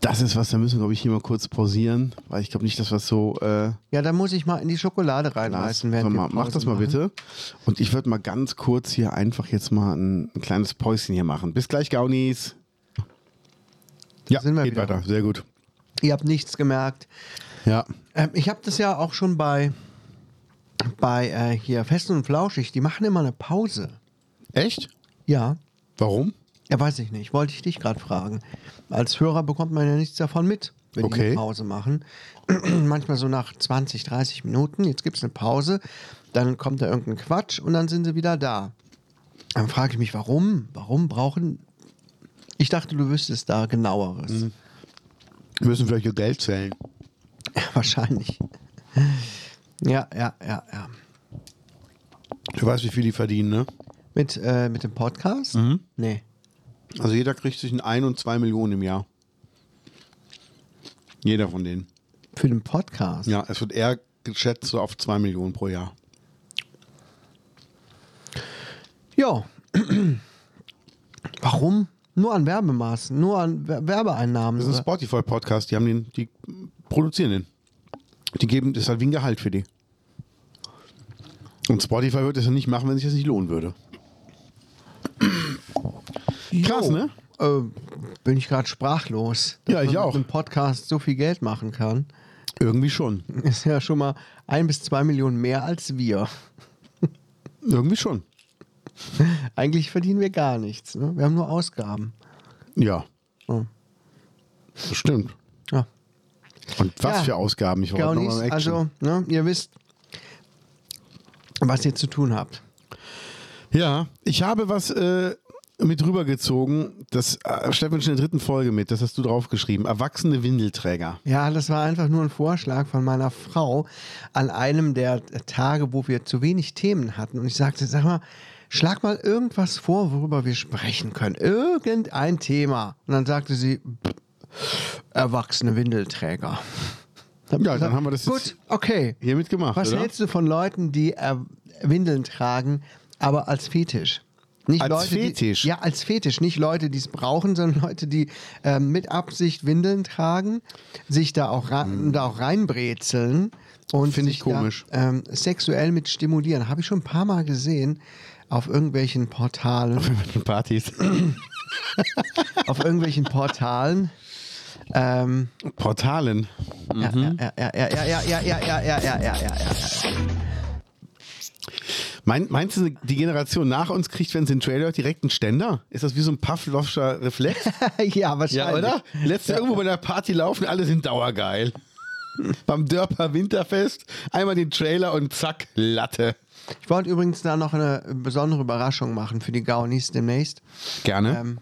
D: das ist was, da müssen wir, glaube ich, hier mal kurz pausieren, weil ich glaube nicht, dass wir es so äh,
C: Ja, da muss ich mal in die Schokolade
D: lassen
C: reinreißen.
D: werden.
C: Während wir
D: mal, mach
C: Pause
D: das mal ne?
C: machen.
D: bitte. Und ich würde mal ganz kurz hier einfach jetzt mal ein, ein kleines Päuschen hier machen. Bis gleich, Gaunis. Ja,
C: sind wir
D: geht
C: wieder.
D: weiter. Sehr gut.
C: Ihr habt nichts gemerkt.
D: Ja.
C: Ähm, ich habe das ja auch schon bei, bei äh, hier Fest und Flauschig. Die machen immer eine Pause.
D: Echt?
C: Ja.
D: Warum?
C: Ja, weiß ich nicht. Wollte ich dich gerade fragen. Als Hörer bekommt man ja nichts davon mit, wenn die
D: Okay.
C: eine Pause machen. Manchmal so nach 20, 30 Minuten. Jetzt gibt es eine Pause, dann kommt da irgendein Quatsch und dann sind sie wieder da. Dann frage ich mich, warum? Warum brauchen. Ich dachte, du wüsstest da genaueres.
D: Wir müssen vielleicht ihr Geld zählen.
C: Wahrscheinlich. Ja, ja, ja, ja.
D: Du weißt, wie viel die verdienen, ne?
C: Mit, äh, mit dem Podcast?
D: Mhm.
C: Nee.
D: Also jeder kriegt zwischen 1 und 2 Millionen im Jahr. Jeder von denen.
C: Für den Podcast?
D: Ja, es wird eher geschätzt so auf 2 Millionen pro Jahr.
C: Ja. Warum? Nur an Werbemaßen, nur an Wer- Werbeeinnahmen.
D: Das ist ein
C: oder?
D: Spotify-Podcast, die haben den, die produzieren den. Die geben, das ist halt wie ein Gehalt für die. Und Spotify würde das ja nicht machen, wenn sich das nicht lohnen würde. Krass,
C: Jo.
D: ne?
C: Äh, bin ich gerade sprachlos.
D: Ja, ich
C: man
D: auch.
C: Mit einem Podcast so viel Geld machen kann,
D: Irgendwie schon.
C: ist ja schon mal ein bis zwei Millionen mehr als wir.
D: Irgendwie schon.
C: Eigentlich verdienen wir gar nichts. Ne? Wir haben nur Ausgaben.
D: Ja.
C: Oh.
D: Das stimmt.
C: Ja.
D: Und was
C: Ja.
D: für Ausgaben? Ich wollte
C: Gaunis,
D: nochmal Action.
C: also, ne, ihr wisst, was ihr zu tun habt.
D: Ja, ich habe was äh, mit rübergezogen. Das äh, Stefan schon in der dritten Folge mit, das hast du draufgeschrieben. Erwachsene Windelträger.
C: Ja, das war einfach nur ein Vorschlag von meiner Frau an einem der Tage, wo wir zu wenig Themen hatten. Und ich sagte, sag mal, schlag mal irgendwas vor, worüber wir sprechen können. Irgendein Thema. Und dann sagte sie, pff, erwachsene Windelträger.
D: Ja, dann haben wir das jetzt
C: Gut, okay.
D: hiermit gemacht,
C: Was
D: oder?
C: hältst du von Leuten, die äh, Windeln tragen, aber als Fetisch? Nicht
D: Als Fetisch?
C: Die, ja, als Fetisch. Nicht Leute, die es brauchen, sondern Leute, die ähm, mit Absicht Windeln tragen, sich da auch, ra da auch reinbrezeln und
D: Mhm. Finde ich
C: sich
D: komisch.
C: Da, ähm, sexuell mit stimulieren. Habe ich schon ein paar Mal gesehen auf irgendwelchen Portalen.
D: Partys.
C: auf irgendwelchen Portalen. Ähm,
D: Portalen.
C: ja,
D: Mhm.
C: ja, ja, ja, ja, ja, ja, ja, ja, ja, ja, ja, ja, ja.
D: Mein, meinst du, die Generation nach uns kriegt, wenn sie einen Trailer hört, direkt einen Ständer? Ist das wie so ein Pavlovscher Reflex?
C: Ja, wahrscheinlich.
D: Letzte irgendwo bei der Party laufen, alle sind dauergeil. beim Dörper Winterfest. Einmal den Trailer und zack, Latte.
C: Ich wollte übrigens da noch eine besondere Überraschung machen für die Gaunis demnächst.
D: Gerne.
C: Ähm,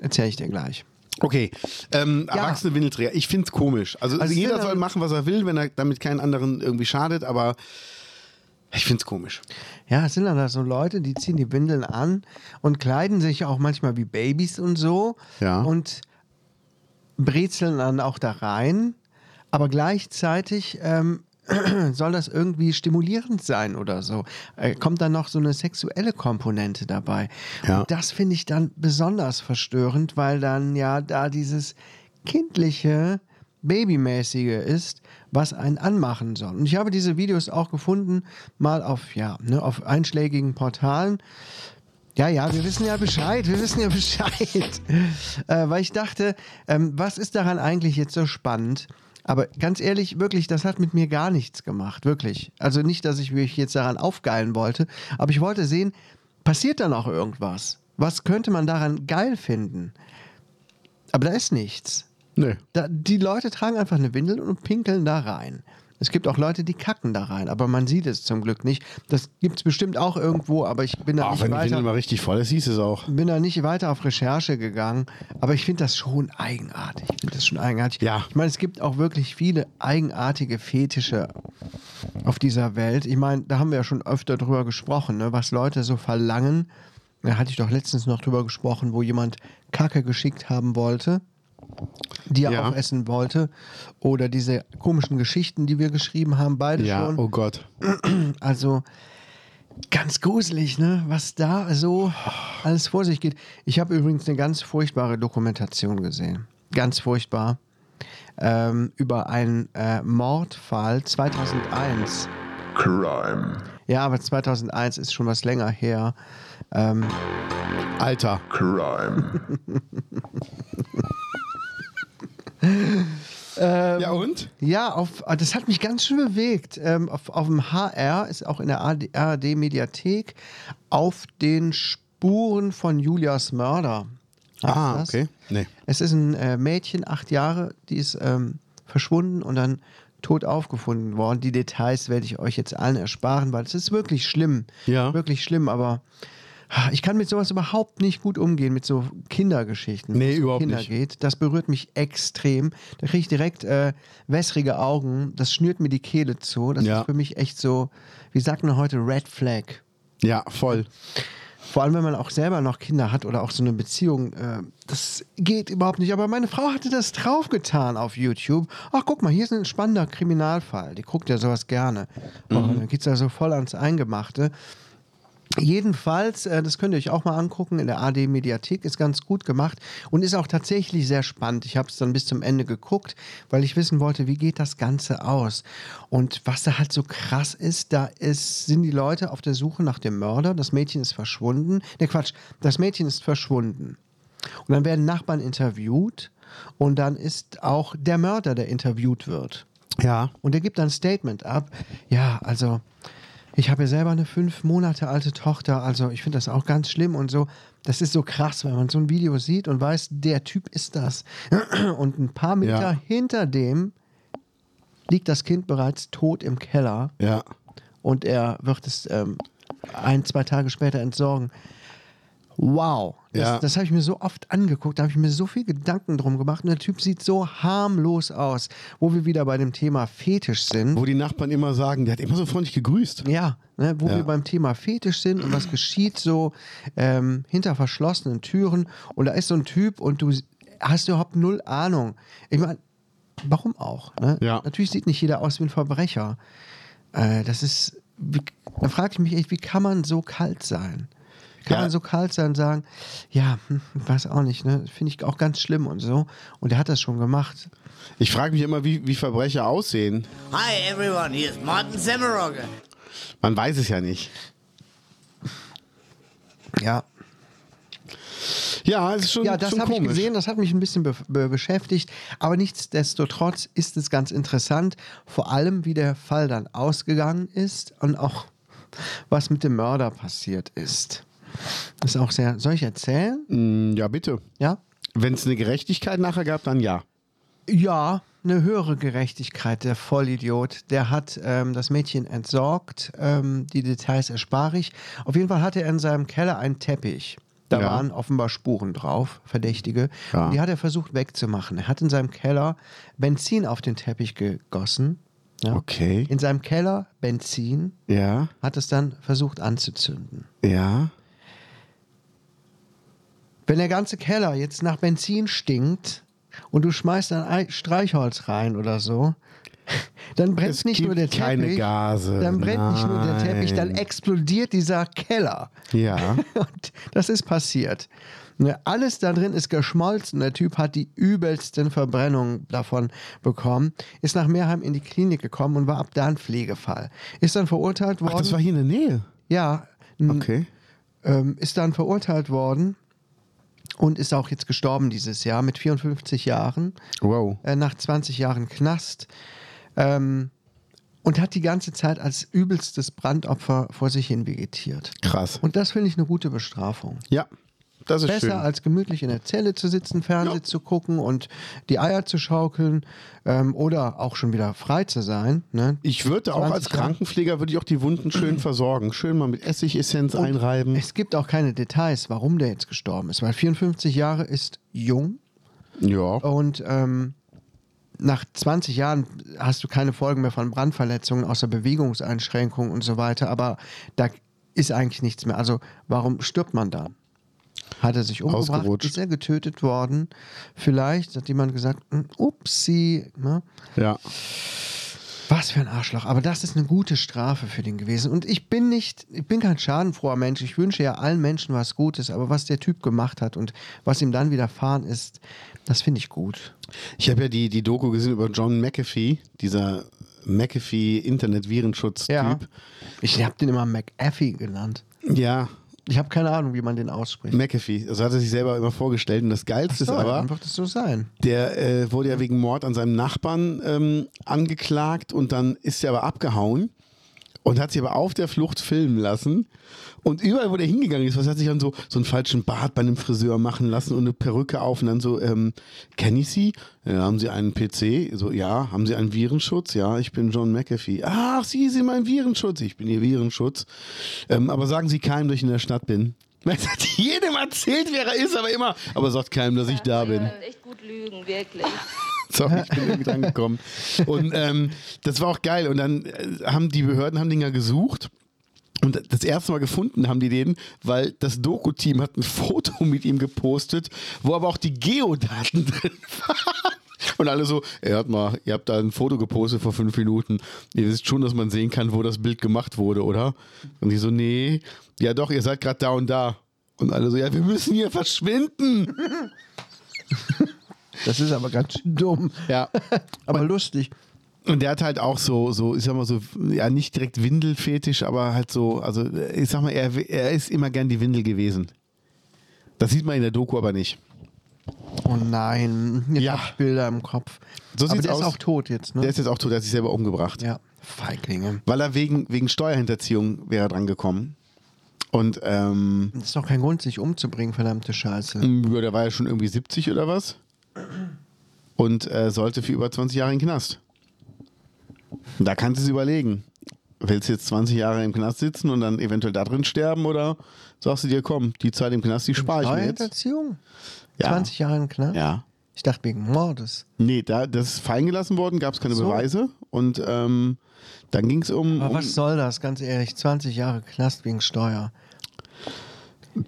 C: Erzähle ich dir gleich.
D: okay. Ähm, Erwachsene Windelträger. Ich find's komisch. Also,
C: Also ich
D: jeder
C: finde,
D: soll
C: ähm,
D: machen, was er will, wenn er damit keinen anderen irgendwie schadet, aber ich find's komisch.
C: Ja, es sind dann da so Leute, die ziehen die Windeln an und kleiden sich auch manchmal wie Babys und so.
D: Ja.
C: Und brezeln dann auch da rein. Aber gleichzeitig ähm, soll das irgendwie stimulierend sein oder so. Äh, kommt dann noch so eine sexuelle Komponente dabei.
D: Ja.
C: Und das finde ich dann besonders verstörend, weil dann ja da dieses kindliche, babymäßige ist, was einen anmachen soll. Und ich habe diese Videos auch gefunden, mal auf, ja, ne, auf einschlägigen Portalen. Ja, ja, wir wissen ja Bescheid, wir wissen ja Bescheid. äh, weil ich dachte, ähm, was ist daran eigentlich jetzt so spannend? Aber ganz ehrlich, wirklich, das hat mit mir gar nichts gemacht, wirklich. Also nicht, dass ich mich jetzt daran aufgeilen wollte, aber ich wollte sehen, passiert dann auch irgendwas? Was könnte man daran geil finden? Aber da ist nichts.
D: Nö.
C: Da, die Leute tragen einfach eine Windel und pinkeln da rein. Es gibt auch Leute, die kacken da rein, aber man sieht es zum Glück nicht. Das gibt es bestimmt auch irgendwo, aber ich bin da
D: Auch
C: nicht
D: Ah, wenn die
C: weiter
D: Windel mal richtig voll ist, hieß es auch.
C: bin da nicht weiter auf Recherche gegangen, aber ich finde das schon eigenartig. Ich finde das schon eigenartig.
D: Ja.
C: Ich meine, es gibt auch wirklich viele eigenartige Fetische auf dieser Welt. Ich meine, da haben wir ja schon öfter drüber gesprochen, ne? was Leute so verlangen. Da hatte ich doch letztens noch drüber gesprochen, wo jemand Kacke geschickt haben wollte, die er
D: Ja.
C: auch essen wollte. Oder diese komischen Geschichten, die wir geschrieben haben, beide
D: Ja,
C: schon.
D: oh Gott.
C: Also ganz gruselig, ne? Was da so alles vor sich geht. Ich habe übrigens eine ganz furchtbare Dokumentation gesehen. Ganz furchtbar. Ähm, über einen äh, Mordfall 2001.
I: Crime.
C: Ja, aber 2001 ist schon was länger her.
D: Alter.
I: Crime.
D: ja und?
C: Ja, auf, ah, das hat mich ganz schön bewegt. Ähm, auf, auf dem HR ist auch in der ARD-Mediathek auf den Spuren von Julias Mörder. Heißt
D: Ah,
C: das.
D: okay. Nee.
C: Es ist ein äh, Mädchen, acht Jahre, die ist ähm, verschwunden und dann tot aufgefunden worden. Die Details werde ich euch jetzt allen ersparen, weil es ist wirklich schlimm.
D: Ja.
C: Wirklich schlimm, aber ah, ich kann mit sowas überhaupt nicht gut umgehen, mit so Kindergeschichten.
D: Nee,
C: wo es um
D: überhaupt
C: Kinder
D: nicht.
C: geht. Das berührt mich extrem. Da kriege ich direkt äh, wässrige Augen. Das schnürt mir die Kehle zu. Das
D: Ja.
C: ist für mich echt so, wie sagt man heute, Red Flag.
D: Ja, voll.
C: Vor allem, wenn man auch selber noch Kinder hat oder auch so eine Beziehung. Äh, das geht überhaupt nicht. Aber meine Frau hatte das draufgetan auf YouTube. Ach, guck mal, hier ist ein spannender Kriminalfall. Die guckt ja sowas gerne. Und dann geht es da so voll ans Eingemachte. Jedenfalls, äh, das könnt ihr euch auch mal angucken, in der AD Mediathek ist ganz gut gemacht und ist auch tatsächlich sehr spannend. Ich habe es dann bis zum Ende geguckt, weil ich wissen wollte, wie geht das Ganze aus. Und was da halt so krass ist, da ist, sind die Leute auf der Suche nach dem Mörder, das Mädchen ist verschwunden. Ne Quatsch, das Mädchen ist verschwunden. Und dann werden Nachbarn interviewt und dann ist auch der Mörder, der interviewt wird.
D: Ja.
C: Und er gibt dann ein Statement ab. Ja, also ich habe ja selber eine fünf Monate alte Tochter, also ich finde das auch ganz schlimm und so. Das ist so krass, wenn man so ein Video sieht und weiß, der Typ ist das. Und ein paar Meter
D: Ja.
C: hinter dem liegt das Kind bereits tot im Keller
D: Ja.
C: und er wird es ähm, ein, zwei Tage später entsorgen. Wow, das,
D: Ja.
C: das habe ich mir so oft angeguckt, da habe ich mir so viel Gedanken drum gemacht und der Typ sieht so harmlos aus, wo wir wieder bei dem Thema Fetisch sind.
D: Wo die Nachbarn immer sagen, der hat immer so freundlich gegrüßt.
C: Ja, ne, wo
D: Ja.
C: wir beim Thema Fetisch sind und was geschieht so ähm, hinter verschlossenen Türen und da ist so ein Typ und du s- hast überhaupt null Ahnung. Ich meine, warum auch? Ne?
D: Ja.
C: Natürlich sieht nicht jeder aus wie ein Verbrecher. Äh, das ist, wie, da frage ich mich echt, wie kann man so kalt sein? Wie Kann
D: Ja.
C: man so kalt sein und sagen, ja, hm, weiß auch nicht, ne? finde ich auch ganz schlimm und so. Und er hat das schon gemacht.
D: Ich frage mich immer, wie, wie Verbrecher aussehen.
B: Hi everyone, here's Martin Semmerogger.
D: Man weiß es ja nicht.
C: Ja,
D: Ja, es ist schon,
C: Ja, das
D: schon
C: habe ich
D: komisch.
C: gesehen, das hat mich ein bisschen be be beschäftigt. Aber nichtsdestotrotz ist es ganz interessant, vor allem wie der Fall dann ausgegangen ist und auch was mit dem Mörder passiert ist. Das ist auch sehr. Soll ich erzählen?
D: Ja, bitte.
C: Ja?
D: Wenn es eine Gerechtigkeit nachher gab, dann ja.
C: Ja, eine höhere Gerechtigkeit, der Vollidiot. Der hat ähm, das Mädchen entsorgt. Ähm, die Details erspare ich. Auf jeden Fall hatte er in seinem Keller einen Teppich. Da
D: Ja.
C: waren offenbar Spuren drauf, Verdächtige.
D: Ja.
C: Und die hat er versucht wegzumachen. Er hat in seinem Keller Benzin auf den Teppich gegossen. Ja.
D: Okay.
C: In seinem Keller Benzin,
D: Ja,
C: hat es dann versucht anzuzünden.
D: ja.
C: Wenn der ganze Keller jetzt nach Benzin stinkt und du schmeißt dann ein Streichholz rein oder so, dann brennt
D: Es
C: nicht nur der
D: gibt
C: Teppich.
D: keine Gase.
C: Dann brennt nicht nur der Teppich, dann
D: Nein.
C: explodiert dieser Keller.
D: Ja.
C: Und das ist passiert. Ne, Alles da drin ist geschmolzen. Der Typ hat die übelsten Verbrennungen davon bekommen, ist nach Meerheim in die Klinik gekommen und war ab da ein Pflegefall. Ist dann verurteilt worden.
D: Ach, das war hier in der Nähe.
C: ja, ein
D: Okay.
C: ähm, ist dann verurteilt worden und ist auch jetzt gestorben dieses Jahr mit 54 Jahren,
D: Wow.
C: äh, nach 20 Jahren Knast. Ähm, und hat die ganze Zeit als übelstes Brandopfer vor sich hin vegetiert.
D: Krass.
C: Und das finde ich eine gute Bestrafung.
D: Ja, das ist
C: Besser
D: schön.
C: als gemütlich in der Zelle zu sitzen, Fernsehen zu gucken und die Eier zu schaukeln ähm, oder auch schon wieder frei zu sein. Ne?
D: ich würde auch
C: 20
D: als
C: Jahre.
D: Krankenpfleger würde ich auch die Wunden schön versorgen. Schön mal mit Essigessenz einreiben.
C: Es gibt auch keine Details, warum der jetzt gestorben ist, weil 54 Jahre ist jung.
D: Ja.
C: Und ähm, nach 20 Jahren hast du keine Folgen mehr von Brandverletzungen, außer Bewegungseinschränkungen und so weiter. Aber da ist eigentlich nichts mehr. Also warum stirbt man da? Hat er sich umgebracht?
D: Ausgerutscht.
C: Ist er getötet worden? Vielleicht hat jemand gesagt, "Hm, upsi. Ne?
D: Ja.
C: Was für ein Arschloch. Aber das ist eine gute Strafe für den gewesen. Und ich bin nicht, ich bin kein schadenfroher Mensch. Ich wünsche ja allen Menschen was Gutes. Aber was der Typ gemacht hat und was ihm dann widerfahren ist, das finde ich gut.
D: Ich habe ja die, die Doku gesehen über John McAfee, dieser McAfee-Internet-Virenschutz-Typ.
C: Ja. Ich habe den immer McAfee genannt.
D: ja.
C: Ich habe keine Ahnung, wie man den ausspricht.
D: McAfee. Also hat er sich selber immer vorgestellt. Und das Geilste
C: So,
D: ist aber,
C: einfach das so sein.
D: Der äh, wurde ja wegen Mord an seinem Nachbarn ähm, angeklagt und dann ist er aber abgehauen und hat sich aber auf der Flucht filmen lassen. Und überall, wo der hingegangen ist, was hat sich dann so, so einen falschen Bart bei einem Friseur machen lassen und eine Perücke auf und dann so, ähm, kennen ich Sie? Ja, haben Sie einen PC? So, ja. Haben Sie einen Virenschutz? Ja, ich bin John McAfee. Ach, Sie sind mein Virenschutz. Ich bin Ihr Virenschutz. Ähm, aber sagen Sie keinem, dass ich in der Stadt bin. Weil es hat jedem erzählt, wer er ist, aber immer. Aber sagt keinem, dass ich da bin.
J: echt gut lügen, wirklich.
D: Sorry, ich bin irgendwie dran gekommen. Und ähm, das war auch geil. Und dann äh, haben die Behörden haben den ja gesucht. Und das erste Mal gefunden haben die den, weil das Doku-Team hat ein Foto mit ihm gepostet, wo aber auch die Geodaten drin waren. Und alle so, ey, hört mal, ihr habt da ein Foto gepostet vor fünf Minuten. Ihr wisst schon, dass man sehen kann, wo das Bild gemacht wurde, oder? Und die so, nee, ja doch, ihr seid gerade da und da. Und alle so, ja, wir müssen hier verschwinden.
C: Das ist aber ganz schön dumm.
D: Ja.
C: Aber lustig.
D: Und der hat halt auch so, so, ich sag mal so, ja, nicht direkt Windelfetisch, aber halt so, also ich sag mal, er, er ist immer gern die Windel gewesen. Das sieht man in der Doku aber nicht.
C: Oh nein, jetzt
D: Ja.
C: hab ich Bilder im Kopf.
D: So
C: aber
D: sieht's
C: der
D: aus.
C: ist auch tot jetzt, ne?
D: Der ist jetzt auch tot, der hat sich selber umgebracht.
C: ja, Feiglinge.
D: Weil er wegen, wegen Steuerhinterziehung wäre dran gekommen. Und ähm,
C: Das ist doch kein Grund, sich umzubringen, verdammte Scheiße.
D: ja, der war ja schon irgendwie 70 oder was. Und äh, sollte für über 20 Jahre in den Knast. Da kannst du es überlegen. Willst du jetzt 20 Jahre im Knast sitzen und dann eventuell da drin sterben oder sagst du dir, komm, die Zeit im Knast, die spare ich mir jetzt?
C: Steuerhinterziehung?
D: Ja.
C: 20 Jahre in Knast?
D: Ja.
C: Ich dachte wegen Mordes.
D: Nee, da, das ist fallen gelassen worden, gab es keine
C: So.
D: Beweise. Und ähm, dann ging es um.
C: Aber
D: um
C: was soll das, ganz ehrlich? 20 Jahre Knast wegen Steuer.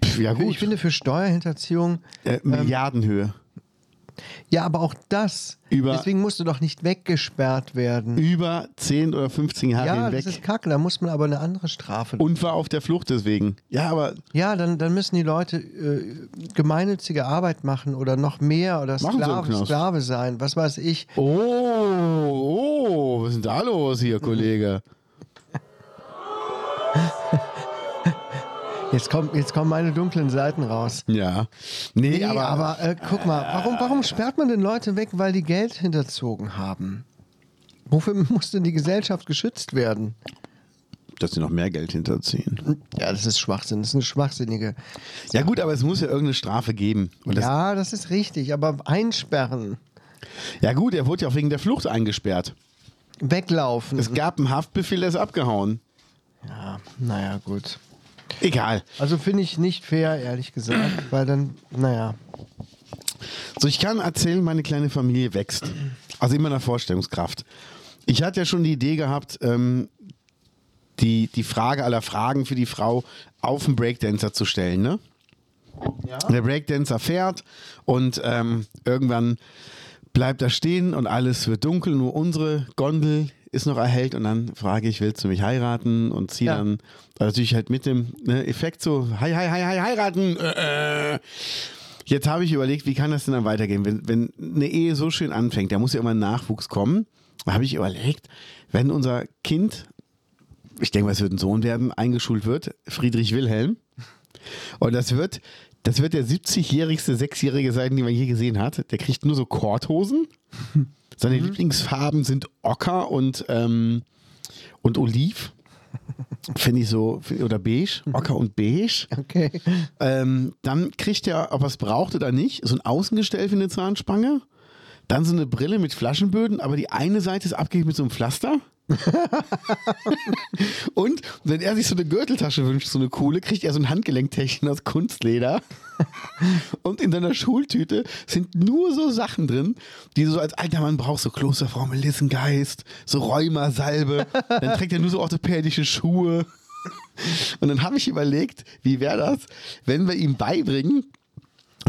D: pf, ja, gut.
C: Ich finde ähm, für Steuerhinterziehung
D: äh, Milliardenhöhe.
C: Ja, aber auch das.
D: Über-
C: Deswegen musst du doch nicht weggesperrt werden.
D: Über 10 oder 15 Jahre
C: Ja, das ist
D: hinweg.
C: kacke, da muss man aber eine andere Strafe.
D: Und war auf der Flucht deswegen. Ja, aber
C: ja, dann, dann müssen die Leute äh, gemeinnützige Arbeit machen oder noch mehr oder
D: Machen sie im
C: Sklave,
D: Knast.
C: Sklave sein, was weiß ich.
D: Oh, oh, was ist denn da los hier, Kollege?
C: Jetzt, kommt, jetzt kommen meine dunklen Seiten raus.
D: Ja. Nee,
C: Nee,
D: aber,
C: aber, äh, guck mal, warum, warum sperrt man denn Leute weg, weil die Geld hinterzogen haben? Wofür muss denn die Gesellschaft geschützt werden?
D: dass sie noch mehr Geld hinterziehen.
C: Ja, das ist Schwachsinn. Das ist eine schwachsinnige.
D: Ja, gut, aber es muss ja irgendeine Strafe geben. Und das,
C: ja, das ist richtig, aber einsperren.
D: Ja gut, er wurde ja auch wegen der Flucht eingesperrt.
C: Weglaufen.
D: Es gab einen Haftbefehl, der ist abgehauen.
C: ja, naja, gut.
D: Egal.
C: Also finde ich nicht fair, ehrlich gesagt, weil dann, naja.
D: So, ich kann erzählen, meine kleine Familie wächst. Also in meiner Vorstellungskraft. Ich hatte ja schon die Idee gehabt, ähm, die, die Frage aller Fragen für die Frau auf den Breakdancer zu stellen. Ne? Der Breakdancer fährt und ähm, irgendwann bleibt er stehen und alles wird dunkel. Nur unsere Gondel ist noch erhellt und dann frage ich, willst du mich heiraten? Und ziehe
C: Ja.
D: dann also natürlich halt mit dem ne, Effekt so, hi, hi, hi, hi, heiraten. Äh, äh. Jetzt habe ich überlegt, wie kann das denn dann weitergehen, wenn, wenn eine Ehe so schön anfängt, da muss ja immer ein Nachwuchs kommen. Da habe ich überlegt, wenn unser Kind, ich denke mal, es wird ein Sohn werden, eingeschult wird, Friedrich Wilhelm, und das wird, das wird der 70-jährigste, sechsjährige sein, den man je gesehen hat. Der kriegt nur so Korthosen. Seine Lieblingsfarben sind Ocker und, ähm, und Oliv. Finde ich so, oder beige, Ocker und beige.
C: Okay.
D: Ähm, dann kriegt er, ob er es braucht oder nicht, so ein Außengestell für eine Zahnspange. Dann so eine Brille mit Flaschenböden, aber die eine Seite ist abgegeben mit so einem Pflaster. Und wenn er sich so eine Gürteltasche wünscht, so eine coole, kriegt er so ein Handgelenktäschchen aus Kunstleder. Und in seiner Schultüte sind nur so Sachen drin, die du so als alter Mann brauchst, so Klosterfrau, Melissengeist, so Rheumasalbe. Dann trägt er nur so orthopädische Schuhe. Und dann habe ich überlegt, wie wäre das, wenn wir ihm beibringen,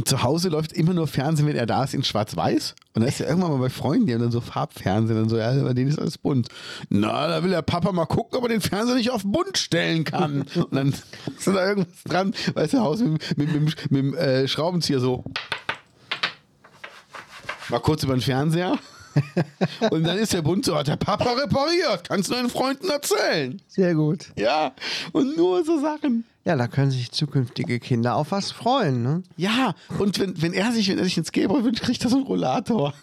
D: zu Hause läuft immer nur Fernsehen, wenn er da ist, in Schwarz-Weiß. Und dann ist er irgendwann mal bei Freunden, die haben dann so Farbfernsehen und so, ja, bei denen ist alles bunt. Na, da will der Papa mal gucken, ob er den Fernseher nicht auf bunt stellen kann. Und dann ist da irgendwas dran, weißt du, Haus mit, mit, mit, mit, dem äh, Schraubenzieher so. Mal kurz über den Fernseher. Und dann ist der bunt so, hat der Papa repariert, kannst du deinen Freunden erzählen.
C: Sehr gut.
D: Ja, und nur so Sachen.
C: Ja, da können sich zukünftige Kinder auf was freuen, ne?
D: Ja, und wenn, wenn er sich, wenn er sich einen Skateboard wünscht, kriegt er so einen Rollator.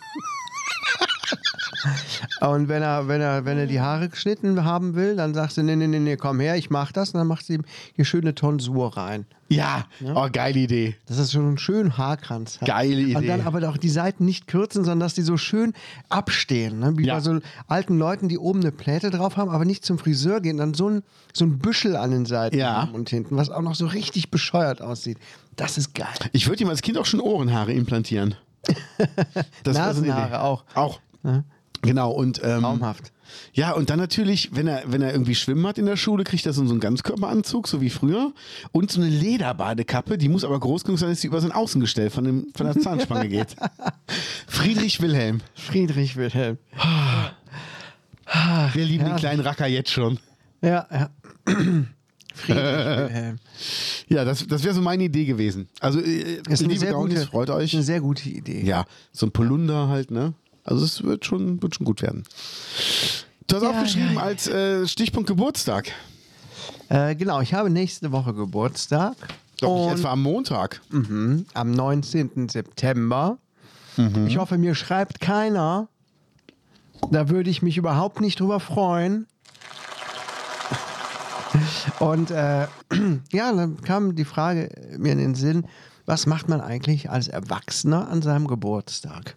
C: Und wenn er, wenn er, wenn er die Haare geschnitten haben will, dann sagst du, nee, nee, nee, nee, komm her, ich mach das. Und dann machst du ihm hier schöne Tonsur rein.
D: Ja, oh, geile Idee.
C: Dass das schon einen schönen Haarkranz hat.
D: Geile Idee.
C: Und dann aber auch die Seiten nicht kürzen, sondern dass die so schön abstehen. Ne? Wie
D: Ja.
C: bei so alten Leuten, die oben eine Pläte drauf haben, aber nicht zum Friseur gehen, dann so ein, so ein Büschel an den Seiten
D: Ja.
C: haben und hinten, was auch noch so richtig bescheuert aussieht. Das ist geil.
D: Ich würde ihm als Kind auch schon Ohrenhaare implantieren. Das wäre so eine Idee.
C: Nasenhaare auch.
D: Auch. Genau, und ähm,
C: Traumhaft.
D: Ja, und dann natürlich, wenn er, wenn er irgendwie Schwimmen hat in der Schule, kriegt er so einen Ganzkörperanzug, so wie früher. Und so eine Lederbadekappe, die muss aber groß genug sein, dass sie über sein Außengestell von, dem, von der Zahnspange geht. Friedrich Wilhelm.
C: Friedrich Wilhelm.
D: Wir lieben den kleinen Racker jetzt schon.
C: Ja, ja. Friedrich Wilhelm.
D: Ja, das, das wäre so meine Idee gewesen. Also, äh, liebe Gaunis, freut
C: ist
D: euch.
C: eine sehr gute Idee.
D: Ja, so ein Polunder halt, ne? Also es wird schon, wird schon gut werden. Du hast aufgeschrieben als äh, Stichpunkt Geburtstag.
C: Äh, genau, ich habe nächste Woche Geburtstag.
D: Doch
C: und
D: nicht etwa am Montag.
C: mhm, am 19. September. Ich hoffe, mir schreibt keiner. Da würde ich mich überhaupt nicht drüber freuen. Und äh, ja, dann kam die Frage mir in den Sinn, was macht man eigentlich als Erwachsener an seinem Geburtstag?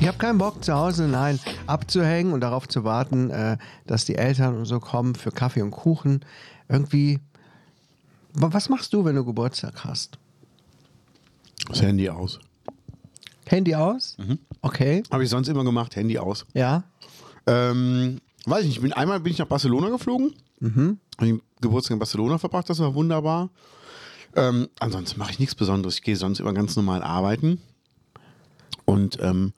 C: Ich habe keinen Bock zu Hause, nein, abzuhängen und darauf zu warten, äh, dass die Eltern und so kommen für Kaffee und Kuchen. Irgendwie, Wa- was machst du, wenn du Geburtstag hast?
D: Das Handy aus.
C: Handy aus?
D: Mhm.
C: Okay,
D: Habe ich sonst immer gemacht, Handy aus.
C: ja.
D: Ähm, weiß ich nicht, bin, einmal bin ich nach Barcelona geflogen. Hab den Geburtstag in Barcelona verbracht, das war wunderbar. Ähm, ansonsten mache ich nichts Besonderes. Ich gehe sonst immer ganz normal arbeiten und ähm,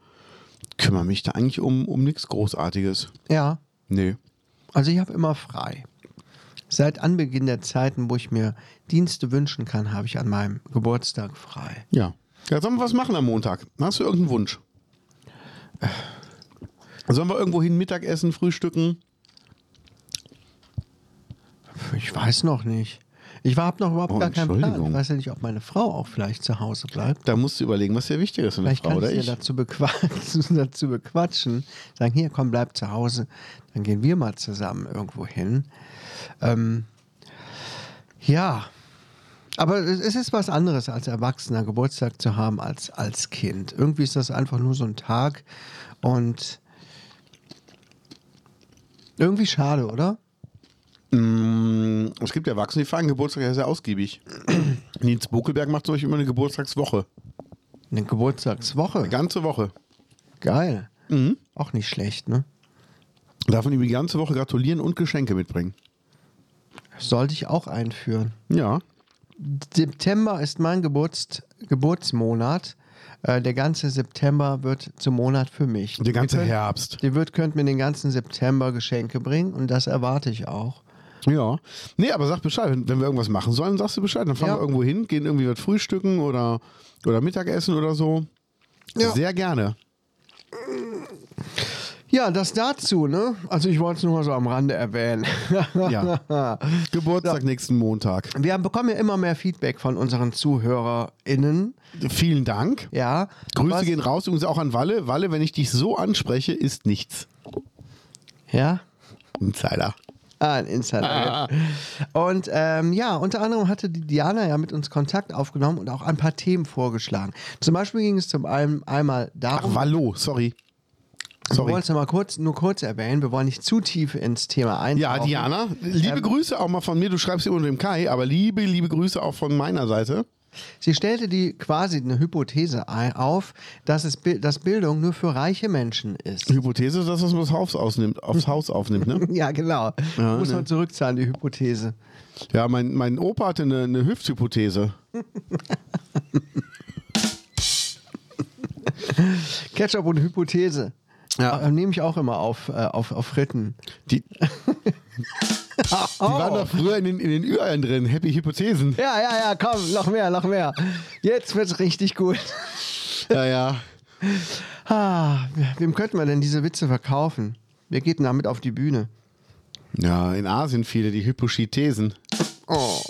D: kümmere mich da eigentlich um, um nichts Großartiges.
C: Ja,
D: Nee.
C: also ich habe immer frei. Seit Anbeginn der Zeiten, wo ich mir Dienste wünschen kann, habe ich an meinem Geburtstag frei.
D: Ja. Ja, sollen wir was machen am Montag? Hast du irgendeinen Wunsch? Sollen wir irgendwo hin Mittagessen, frühstücken?
C: Ich weiß noch nicht. Ich habe noch überhaupt
D: Oh,
C: gar keinen Plan. Ich
D: Entschuldigung.
C: weiß ja nicht, ob meine Frau auch vielleicht zu Hause bleibt.
D: Da musst du überlegen, was dir wichtiger ist, eine
C: Vielleicht
D: Frau
C: kann
D: oder
C: ich
D: ich.
C: sie dazu, bequatschen, dazu bequatschen. Sagen, hier, komm, bleib zu Hause. Dann gehen wir mal zusammen irgendwo hin. Ähm, ja, Aber es ist was anderes, als Erwachsener Geburtstag zu haben, als als Kind. Irgendwie ist das einfach nur so ein Tag und irgendwie schade, oder?
D: Es gibt Erwachsene, die feiern Geburtstag ja sehr ausgiebig. Nils Buckelberg macht zum Beispiel immer eine Geburtstagswoche.
C: Eine Geburtstagswoche.
D: Eine ganze Woche.
C: Geil.
D: Mhm.
C: Auch nicht schlecht, ne?
D: Darf man ihm die ganze Woche gratulieren und Geschenke mitbringen.
C: Sollte ich auch einführen.
D: Ja.
C: September ist mein Geburts Geburtsmonat. Äh, der ganze September wird zum Monat für mich.
D: Der ganze
C: Ihr könnt-
D: Herbst.
C: Ihr wird, könnt mir den ganzen September Geschenke bringen und das erwarte ich auch.
D: Ja. Nee, aber sag Bescheid. Wenn, wenn wir irgendwas machen sollen, sagst du Bescheid. Dann fahren
C: Ja.
D: wir irgendwo hin, gehen irgendwie was frühstücken oder, oder Mittagessen oder so.
C: Ja.
D: Sehr gerne.
C: Ja, das dazu, ne? Also ich wollte es nur mal so am Rande erwähnen.
D: Ja. Geburtstag nächsten Montag.
C: Wir haben- bekommen ja immer mehr Feedback von unseren ZuhörerInnen.
D: Vielen Dank.
C: Ja.
D: Grüße
C: Was-
D: gehen raus übrigens auch an Walle. Walle, wenn ich dich so anspreche, ist nichts.
C: Ja.
D: Insider.
C: Ah, ein Insider. Und ähm, ja, unter anderem hatte die Diana ja mit uns Kontakt aufgenommen und auch ein paar Themen vorgeschlagen. Zum Beispiel ging es zum einen einmal darum,
D: Ach, Wallo, sorry.
C: wir
D: Sorry.
C: wollen es nochmal kurz, nur kurz erwähnen, wir wollen nicht zu tief ins Thema eintauchen.
D: Ja, Diana, liebe Grüße auch mal von mir. Du schreibst immer unter dem Kai, aber liebe, liebe Grüße auch von meiner Seite.
C: Sie stellte die quasi eine Hypothese ein, auf, dass, es, Bi- dass Bildung nur für reiche Menschen ist.
D: Hypothese ist, dass das aufs Haus ausnimmt, aufs Haus aufnimmt, ne?
C: Ja, genau. Muss man zurückzahlen, die Hypothese.
D: Ja, mein, mein Opa hatte eine, eine Hüfthypothese.
C: Ketchup und Hypothese. Ja. Nehme ich auch immer auf, äh, auf, auf Ritten.
D: Die, die waren doch früher in den, in den Ü-Eiern drin. Happy Hypothesen.
C: Ja, ja, ja, komm, noch mehr, noch mehr. Jetzt wird's richtig gut.
D: Ja, ja.
C: Ah, wem könnten wir denn diese Witze verkaufen? Wir gehen damit auf die Bühne.
D: Ja, in Asien viele, die Hypochithesen.
C: Oh.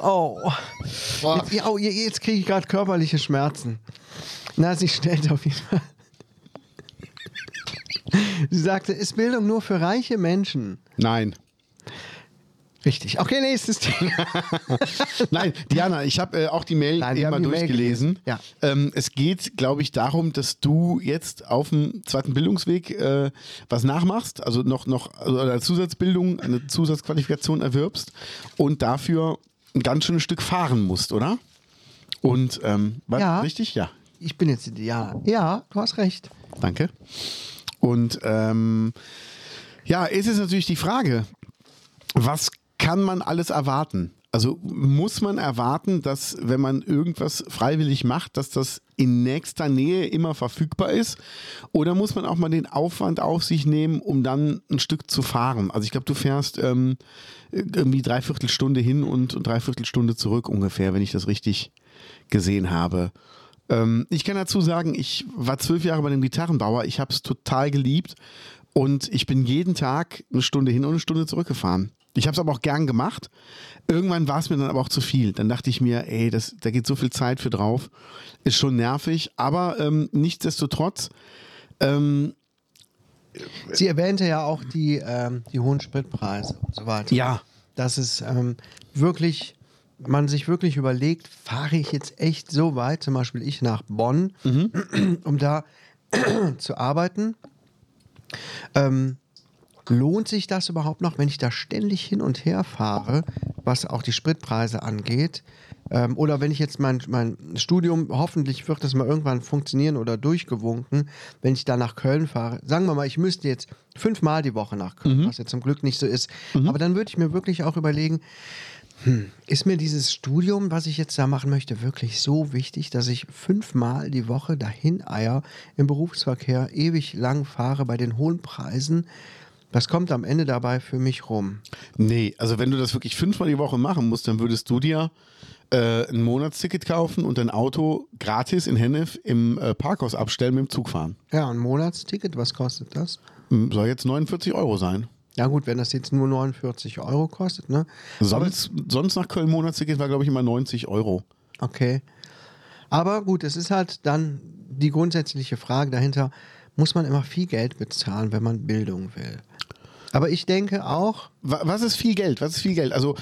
C: Oh. Jetzt, ja, oh, je- jetzt kriege ich gerade körperliche Schmerzen. Na, sie stellt auf jeden Fall. Sie sagte, ist Bildung nur für reiche Menschen?
D: Nein.
C: Richtig. Okay, nächstes Thema.
D: Nein, Diana, ich habe äh, auch die Mail
C: Nein,
D: Nein,
C: wir
D: eben
C: haben
D: mal
C: die Mail
D: durchgelesen.
C: gelesen, ja.
D: ähm, es geht, glaube ich, darum, dass du jetzt auf dem zweiten Bildungsweg äh, was nachmachst, also noch, noch also eine Zusatzbildung, eine Zusatzqualifikation erwirbst und dafür ein ganz schönes Stück fahren musst, oder? Und ähm, war
C: Ja.
D: richtig? Ja,
C: Ich bin jetzt Diana. Ja, du hast recht.
D: danke. Und ähm, ja, es ist natürlich die Frage, was kann man alles erwarten? Also muss man erwarten, dass wenn man irgendwas freiwillig macht, dass das in nächster Nähe immer verfügbar ist? Oder muss man auch mal den Aufwand auf sich nehmen, um dann ein Stück zu fahren? Also ich glaube, du fährst ähm, irgendwie dreiviertel Stunde hin und, und dreiviertel Stunde zurück ungefähr, wenn ich das richtig gesehen habe. Ähm, ich kann dazu sagen, ich war zwölf Jahre bei dem Gitarrenbauer. Ich habe es total geliebt. Und ich bin jeden Tag eine Stunde hin und eine Stunde zurückgefahren. Ich habe es aber auch gern gemacht. Irgendwann war es mir dann aber auch zu viel. Dann dachte ich mir, ey, das, da geht so viel Zeit für drauf. Ist schon nervig. Aber ähm, nichtsdestotrotz,
C: Sie erwähnte ja auch die, ähm, die hohen Spritpreise und so weiter.
D: Ja.
C: Dass es ähm, wirklich, man sich wirklich überlegt, fahre ich jetzt echt so weit, zum Beispiel ich nach Bonn, um da zu arbeiten. Ähm, lohnt sich das überhaupt noch, wenn ich da ständig hin und her fahre, was auch die Spritpreise angeht? Ähm, oder wenn ich jetzt mein, mein Studium, hoffentlich wird das mal irgendwann funktionieren oder durchgewunken, wenn ich da nach Köln fahre. Sagen wir mal, ich müsste jetzt fünfmal die Woche nach Köln, was ja zum Glück nicht so ist. Aber dann würde ich mir wirklich auch überlegen, hm, ist mir dieses Studium, was ich jetzt da machen möchte, wirklich so wichtig, dass ich fünfmal die Woche dahin eier, im Berufsverkehr ewig lang fahre bei den hohen Preisen? Was kommt am Ende dabei für mich rum?
D: nee, also wenn du das wirklich fünfmal die Woche machen musst, dann würdest du dir äh, ein Monatsticket kaufen und dein Auto gratis in Hennef im äh, Parkhaus abstellen mit dem Zug fahren.
C: Ja, ein Monatsticket, was kostet das?
D: Hm, Soll jetzt 49 Euro sein.
C: Ja gut, wenn das jetzt nur 49 Euro kostet, ne?
D: Sonst, sonst nach Köln Monatsticket war, glaube ich, immer 90 Euro.
C: Okay. Aber gut, es ist halt dann die grundsätzliche Frage dahinter, muss man immer viel Geld bezahlen, wenn man Bildung will? Aber ich denke auch,
D: Wa- Was ist viel Geld? Was ist viel Geld? Also, äh,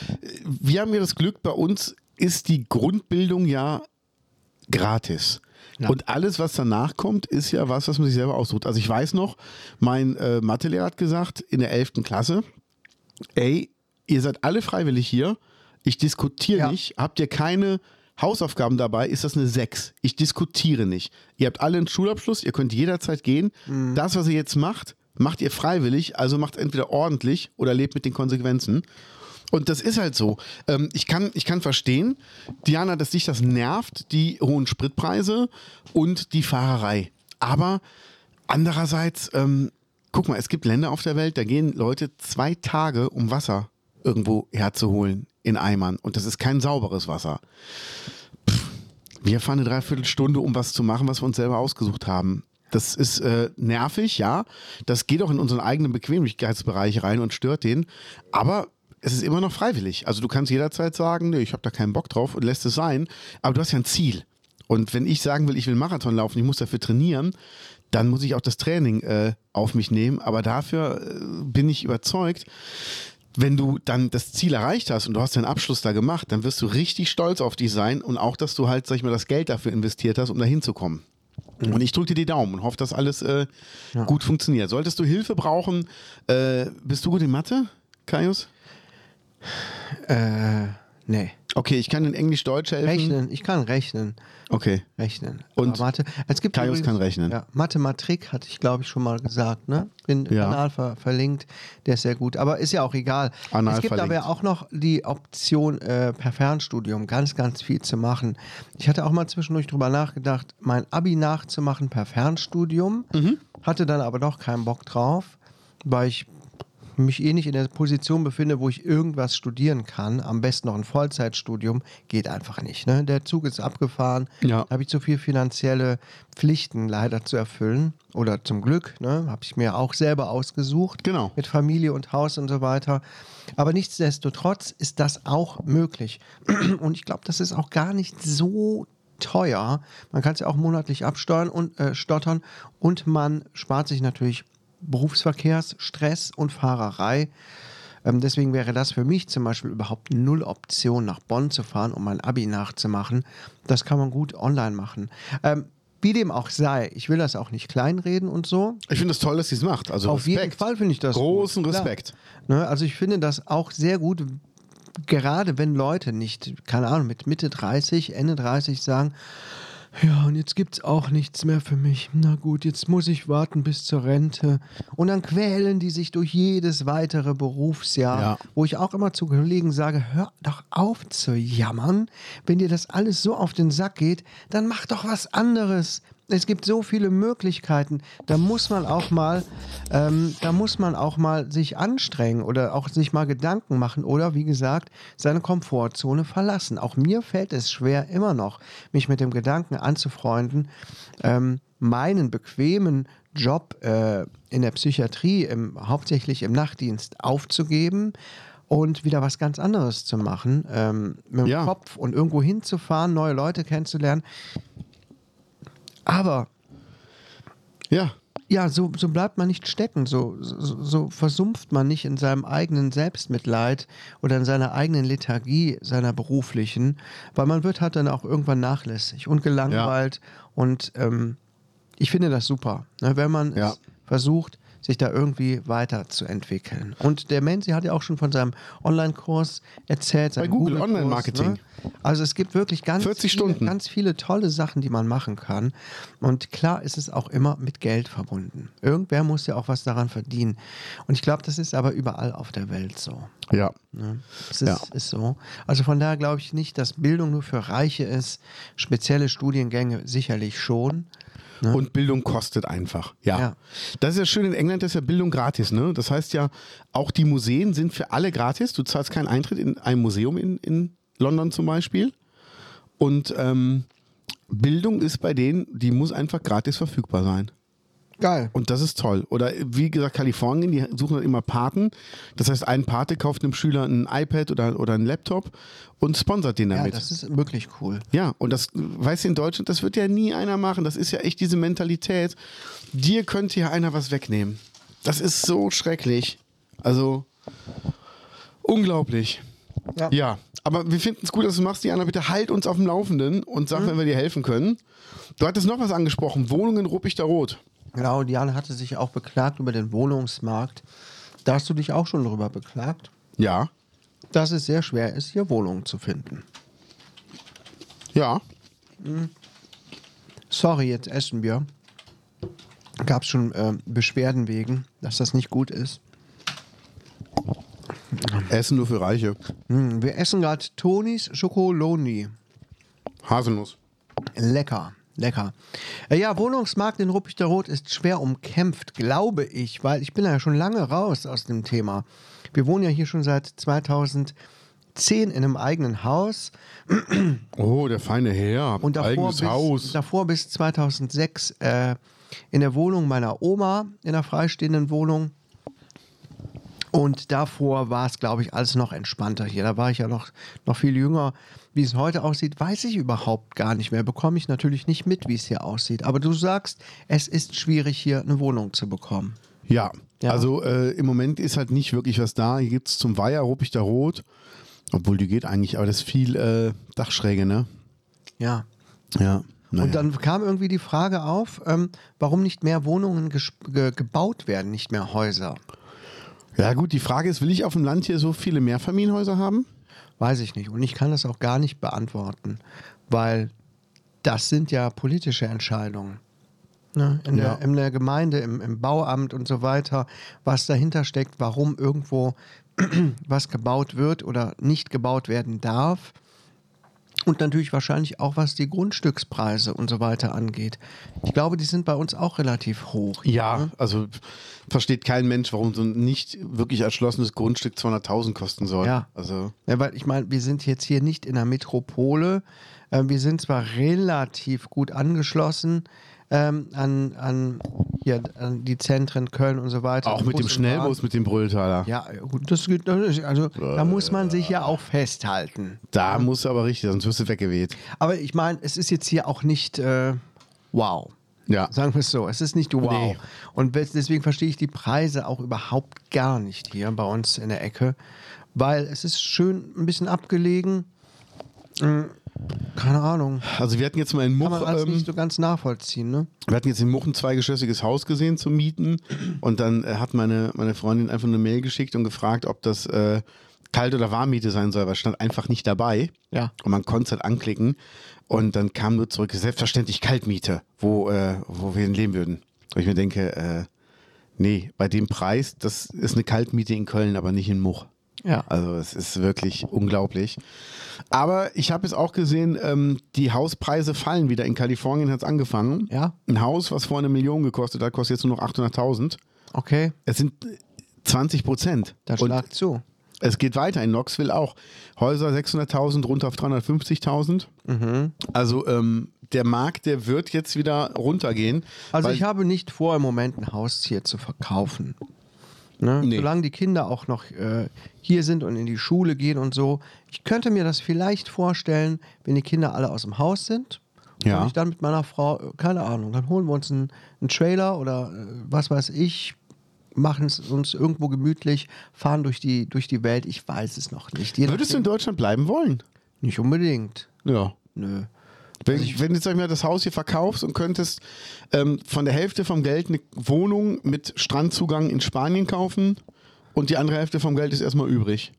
D: wir haben ja das Glück, bei uns ist die Grundbildung ja gratis. Und alles, was danach kommt, ist ja was, was man sich selber aussucht. Also ich weiß noch, mein äh, Mathelehrer hat gesagt, in der 11. Klasse, ey, ihr seid alle freiwillig hier, ich diskutiere
C: Ja.
D: nicht, habt ihr keine Hausaufgaben dabei, ist das eine 6. Ich diskutiere nicht. Ihr habt alle einen Schulabschluss, ihr könnt jederzeit gehen. Das, was ihr jetzt macht, macht ihr freiwillig, also macht entweder ordentlich oder lebt mit den Konsequenzen. Und das ist halt so. Ähm, ich, kann, ich kann verstehen, Diana, dass dich das nervt, die hohen Spritpreise und die Fahrerei. Aber andererseits, ähm, guck mal, es gibt Länder auf der Welt, da gehen Leute zwei Tage, um Wasser irgendwo herzuholen in Eimern. Und das ist kein sauberes Wasser. Wir fahren eine Dreiviertelstunde, um was zu machen, was wir uns selber ausgesucht haben. Das ist äh, nervig, ja. Das geht auch in unseren eigenen Bequemlichkeitsbereich rein und stört den. Aber es ist immer noch freiwillig. Also du kannst jederzeit sagen, nee, ich habe da keinen Bock drauf und lässt es sein. Aber du hast ja ein Ziel. Und wenn ich sagen will, ich will Marathon laufen, ich muss dafür trainieren, dann muss ich auch das Training äh, auf mich nehmen. Aber dafür äh, bin ich überzeugt, wenn du dann das Ziel erreicht hast und du hast deinen Abschluss da gemacht, dann wirst du richtig stolz auf dich sein und auch, dass du halt, sag ich mal, das Geld dafür investiert hast, um da hinzukommen. Und ich drücke dir die Daumen und hoffe, dass alles äh, gut funktioniert. Solltest du Hilfe brauchen, äh, bist du gut in Mathe, Kaius?
C: Nee.
D: Okay, ich kann in Englisch-Deutsch helfen.
C: Rechnen, ich kann rechnen.
D: Okay.
C: Rechnen.
D: Und
C: Aber Mathe, es gibt
D: Kaius kann rechnen.
C: Ja, Mathematik hatte ich, glaube ich, schon mal gesagt, ne? In
D: Ja.
C: Kanal ver verlinkt. Der ist sehr gut. Aber ist ja auch egal.
D: Anal
C: es gibt
D: verlinkt.
C: aber auch noch die Option, äh, per Fernstudium ganz, ganz viel zu machen. Ich hatte auch mal zwischendurch drüber nachgedacht, mein Abi nachzumachen per Fernstudium.
D: Mhm.
C: Hatte dann aber doch keinen Bock drauf, weil ich mich eh nicht in der Position befinde, wo ich irgendwas studieren kann, am besten noch ein Vollzeitstudium, geht einfach nicht. Ne? Der Zug ist abgefahren,
D: Ja.
C: habe ich zu viel finanzielle Pflichten leider zu erfüllen oder zum Glück, ne? habe ich mir auch selber ausgesucht
D: Genau.
C: mit Familie und Haus und so weiter. Aber nichtsdestotrotz ist das auch möglich. Und ich glaube, das ist auch gar nicht so teuer. Man kann es ja auch monatlich absteuern und äh, stottern und man spart sich natürlich Berufsverkehrs, Stress und Fahrerei. Ähm, deswegen wäre das für mich zum Beispiel überhaupt null Option, nach Bonn zu fahren, um mein Abi nachzumachen. Das kann man gut online machen. Ähm, wie dem auch sei, ich will das auch nicht kleinreden und so.
D: Ich finde es das toll, dass sie es macht. Also
C: Auf jeden
D: Respekt.
C: Fall finde ich das
D: Großen
C: gut, klar.
D: Respekt.
C: Ne, also ich finde das auch sehr gut, gerade wenn Leute nicht, keine Ahnung, mit Mitte 30, Ende 30 sagen, ja, und jetzt gibt's auch nichts mehr für mich. Na gut, jetzt muss ich warten bis zur Rente. Und dann quälen die sich durch jedes weitere Berufsjahr,
D: Ja.
C: wo ich auch immer zu Kollegen sage, hör doch auf zu jammern. Wenn dir das alles so auf den Sack geht, dann mach doch was anderes. Es gibt so viele Möglichkeiten. Da muss man auch mal, ähm, da muss man auch mal sich anstrengen oder auch sich mal Gedanken machen oder wie gesagt seine Komfortzone verlassen. Auch mir fällt es schwer immer noch, mich mit dem Gedanken anzufreunden, ähm, meinen bequemen Job äh, in der Psychiatrie, im, hauptsächlich im Nachtdienst, aufzugeben und wieder was ganz anderes zu machen, ähm, mit dem
D: Ja.
C: Kopf und irgendwo hinzufahren, neue Leute kennenzulernen. Aber
D: Ja.
C: ja, so, so bleibt man nicht stecken, so, so, so versumpft man nicht in seinem eigenen Selbstmitleid oder in seiner eigenen Lethargie, seiner beruflichen, weil man wird halt dann auch irgendwann nachlässig und gelangweilt und ähm, ich finde das super, ne, wenn man
D: Ja.
C: es versucht, sich da irgendwie weiterzuentwickeln. Und der Menzi hat ja auch schon von seinem Online-Kurs erzählt. seinem
D: Google
C: Google-Kurs,
D: Online-Marketing.
C: Ne? Also es gibt wirklich ganz,
D: 40
C: viele,
D: Stunden.
C: ganz viele tolle Sachen, die man machen kann. Und klar ist es auch immer mit Geld verbunden. Irgendwer muss ja auch was daran verdienen. Und ich glaube, das ist aber überall auf der Welt so.
D: Ja.
C: Es ist,
D: Ja.
C: ist so. Also von daher glaube ich nicht, dass Bildung nur für Reiche ist. Spezielle Studiengänge sicherlich schon.
D: Und Bildung kostet einfach. Ja.
C: Ne? Ja.
D: Das ist ja schön in England, das ist ja Bildung gratis. Ne? Das heißt ja, auch die Museen sind für alle gratis. Du zahlst keinen Eintritt in ein Museum in, in London zum Beispiel. Und ähm, Bildung ist bei denen, die muss einfach gratis verfügbar sein.
C: Geil.
D: Und das ist toll. Oder wie gesagt, Kalifornien, die suchen halt immer Paten. Das heißt, ein Pate kauft einem Schüler ein iPad oder, oder einen Laptop und sponsert den
C: Ja,
D: damit.
C: das ist wirklich cool.
D: Ja, und das, weißt du, in Deutschland, das wird ja nie einer machen. Das ist ja echt diese Mentalität. Dir könnte ja einer was wegnehmen. Das ist so schrecklich. Also, unglaublich.
C: Ja.
D: Ja, aber wir finden es gut, dass du machst, Diana. Bitte halt uns auf dem Laufenden und
C: Mhm.
D: sag, wenn wir dir helfen können. Du hattest noch was angesprochen: Wohnungen Ruppichter Rot.
C: Genau, Diane hatte sich auch beklagt über den Wohnungsmarkt. Da hast du dich auch schon darüber beklagt,
D: Ja.
C: dass es sehr schwer ist, hier Wohnungen zu finden.
D: Ja.
C: Sorry, jetzt essen wir. Gab es schon äh, Beschwerden wegen, dass das nicht gut ist. Mhm.
D: Essen nur für Reiche.
C: Hm, wir essen gerade Tonis Schokoloni.
D: Haselnuss.
C: Lecker, lecker. Äh, ja, Wohnungsmarkt in Ruppichter Rot ist schwer umkämpft, glaube ich, weil ich bin ja schon lange raus aus dem Thema. Wir wohnen ja hier schon seit 2010 in einem eigenen Haus
D: Oh, der feine Herr.
C: und davor,
D: Eigenes
C: bis,
D: Haus.
C: davor bis 2006 äh, in der Wohnung meiner Oma, in der freistehenden Wohnung. Und davor war es, glaube ich, alles noch entspannter hier. Da war ich ja noch, noch viel jünger. Wie es heute aussieht, weiß ich überhaupt gar nicht mehr. Bekomme ich natürlich nicht mit, wie es hier aussieht. Aber du sagst, es ist schwierig, hier eine Wohnung zu bekommen.
D: Ja.
C: Ja.
D: Also äh, im Moment ist halt nicht wirklich was da. Hier gibt es zum Weiher Ruppichter Rot. Obwohl, die geht eigentlich, aber das ist viel äh, Dachschräge, ne?
C: Ja.
D: Ja. Naja.
C: Und dann kam irgendwie die Frage auf, ähm, warum nicht mehr Wohnungen ges- ge gebaut werden, nicht mehr Häuser.
D: ja, gut, die Frage ist: Will ich auf dem Land hier so viele Mehrfamilienhäuser haben?
C: Weiß ich nicht. Und ich kann das auch gar nicht beantworten, weil das sind ja politische Entscheidungen. Ne? In,
D: Ja.
C: der, in der Gemeinde, im, im Bauamt und so weiter, was dahinter steckt, warum irgendwo was gebaut wird oder nicht gebaut werden darf. Und natürlich wahrscheinlich auch, was die Grundstückspreise und so weiter angeht. Ich glaube, die sind bei uns auch relativ hoch.
D: Ja, also versteht kein Mensch, warum so ein nicht wirklich erschlossenes Grundstück 200.000 kosten soll.
C: Ja.
D: Also,
C: Ja, weil ich meine, wir sind jetzt hier nicht in der Metropole. Äh, wir sind zwar relativ gut angeschlossen ähm, an, an, hier, an die Zentren Köln und so weiter.
D: auch
C: Und
D: mit dem
C: Bus und
D: Schnellbus, mit Äh, dem Brülltaler.
C: Bahn. Ja, gut, das geht. das ist- Also, da muss man sich ja auch festhalten.
D: Da musst du aber richtig, sonst wirst du weggeweht.
C: Aber ich meine, es ist jetzt hier auch nicht äh, wow.
D: Ja.
C: Sagen wir es so, es ist nicht wow.
D: Nee.
C: Und wes- deswegen verstehe ich die Preise auch überhaupt gar nicht hier bei uns in der Ecke, weil es ist schön ein bisschen abgelegen. Mm, Keine Ahnung.
D: Also wir hatten jetzt mal in
C: Kann man
D: Much,
C: alles
D: ähm,
C: nicht so ganz nachvollziehen, ne?
D: wir hatten jetzt in Much ein zweigeschossiges Haus gesehen zum Mieten und dann äh, hat meine, meine Freundin einfach eine Mail geschickt und gefragt, ob das äh, Kalt- oder Warmmiete sein soll, weil stand einfach nicht dabei.
C: Ja.
D: Und man konnte es halt anklicken und dann kam nur zurück, selbstverständlich Kaltmiete, wo, äh, wo wir denn leben würden. Wo ich mir denke, äh, nee, bei dem Preis, das ist eine Kaltmiete in Köln, aber nicht in Much.
C: Ja.
D: Also es ist wirklich unglaublich. Aber ich habe es auch gesehen, ähm, die Hauspreise fallen wieder. In Kalifornien hat es angefangen.
C: Ja.
D: Ein Haus, was vor einer Million gekostet hat, kostet jetzt nur noch 800.000.
C: Okay,
D: Es sind 20 Prozent.
C: da schlag zu.
D: Es geht weiter in Knoxville auch. Häuser 600.000 runter auf 350.000.
C: Mhm.
D: Also ähm, der Markt, der wird jetzt wieder runtergehen.
C: Also
D: weil-
C: ich habe nicht vor, im Moment ein Haus hier zu verkaufen. Ne?
D: Nee.
C: Solange die Kinder auch noch äh, hier sind und in die Schule gehen und so. Ich könnte mir das vielleicht vorstellen, wenn die Kinder alle aus dem Haus sind.
D: Ja.
C: Und ich dann mit meiner Frau, äh, keine Ahnung, dann holen wir uns einen, einen Trailer oder äh, was weiß ich, machen es uns irgendwo gemütlich, fahren durch die, durch die Welt. Ich weiß es noch nicht. Je
D: Würdest du in
C: nachdem-
D: Deutschland bleiben wollen?
C: Nicht unbedingt.
D: Ja.
C: Nö.
D: Wenn, wenn du jetzt sag Also ich mal, das Haus hier verkaufst und könntest ähm, von der Hälfte vom Geld eine Wohnung mit Strandzugang in Spanien kaufen und die andere Hälfte vom Geld ist erstmal übrig.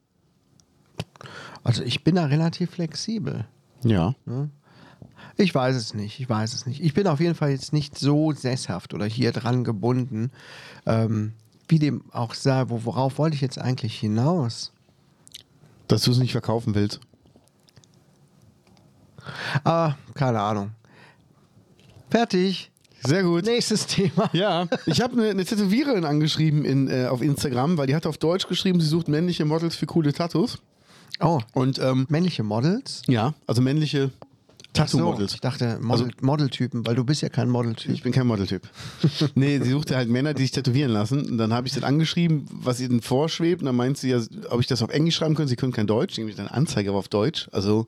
C: Also ich bin da relativ flexibel.
D: Ja.
C: Ich weiß es nicht, ich weiß es nicht. Ich bin auf jeden Fall jetzt nicht so sesshaft oder hier dran gebunden, ähm, wie dem auch sei. Wo, worauf wollte ich jetzt eigentlich hinaus?
D: Dass du es nicht verkaufen willst.
C: Ah, keine Ahnung. Fertig.
D: Sehr gut.
C: Nächstes Thema.
D: Ja, ich habe eine, eine Tätowiererin angeschrieben in, äh, auf Instagram, weil die hat auf Deutsch geschrieben, sie sucht männliche Models für coole Tattoos.
C: Oh,
D: Und ähm,
C: männliche Models?
D: ja, also männliche Tattoo-Models.
C: ich dachte Model, Modeltypen, weil du bist ja kein Modeltyp.
D: Also Ich bin kein Modeltyp. Nee, sie suchte halt Männer, die sich tätowieren lassen. Und dann habe ich dann angeschrieben, was ihr denn vorschwebt. Und dann meint sie ja, ob ich das auf Englisch schreiben könnte. Sie können kein Deutsch. Ich nehme dann Anzeige aber auf Deutsch. Also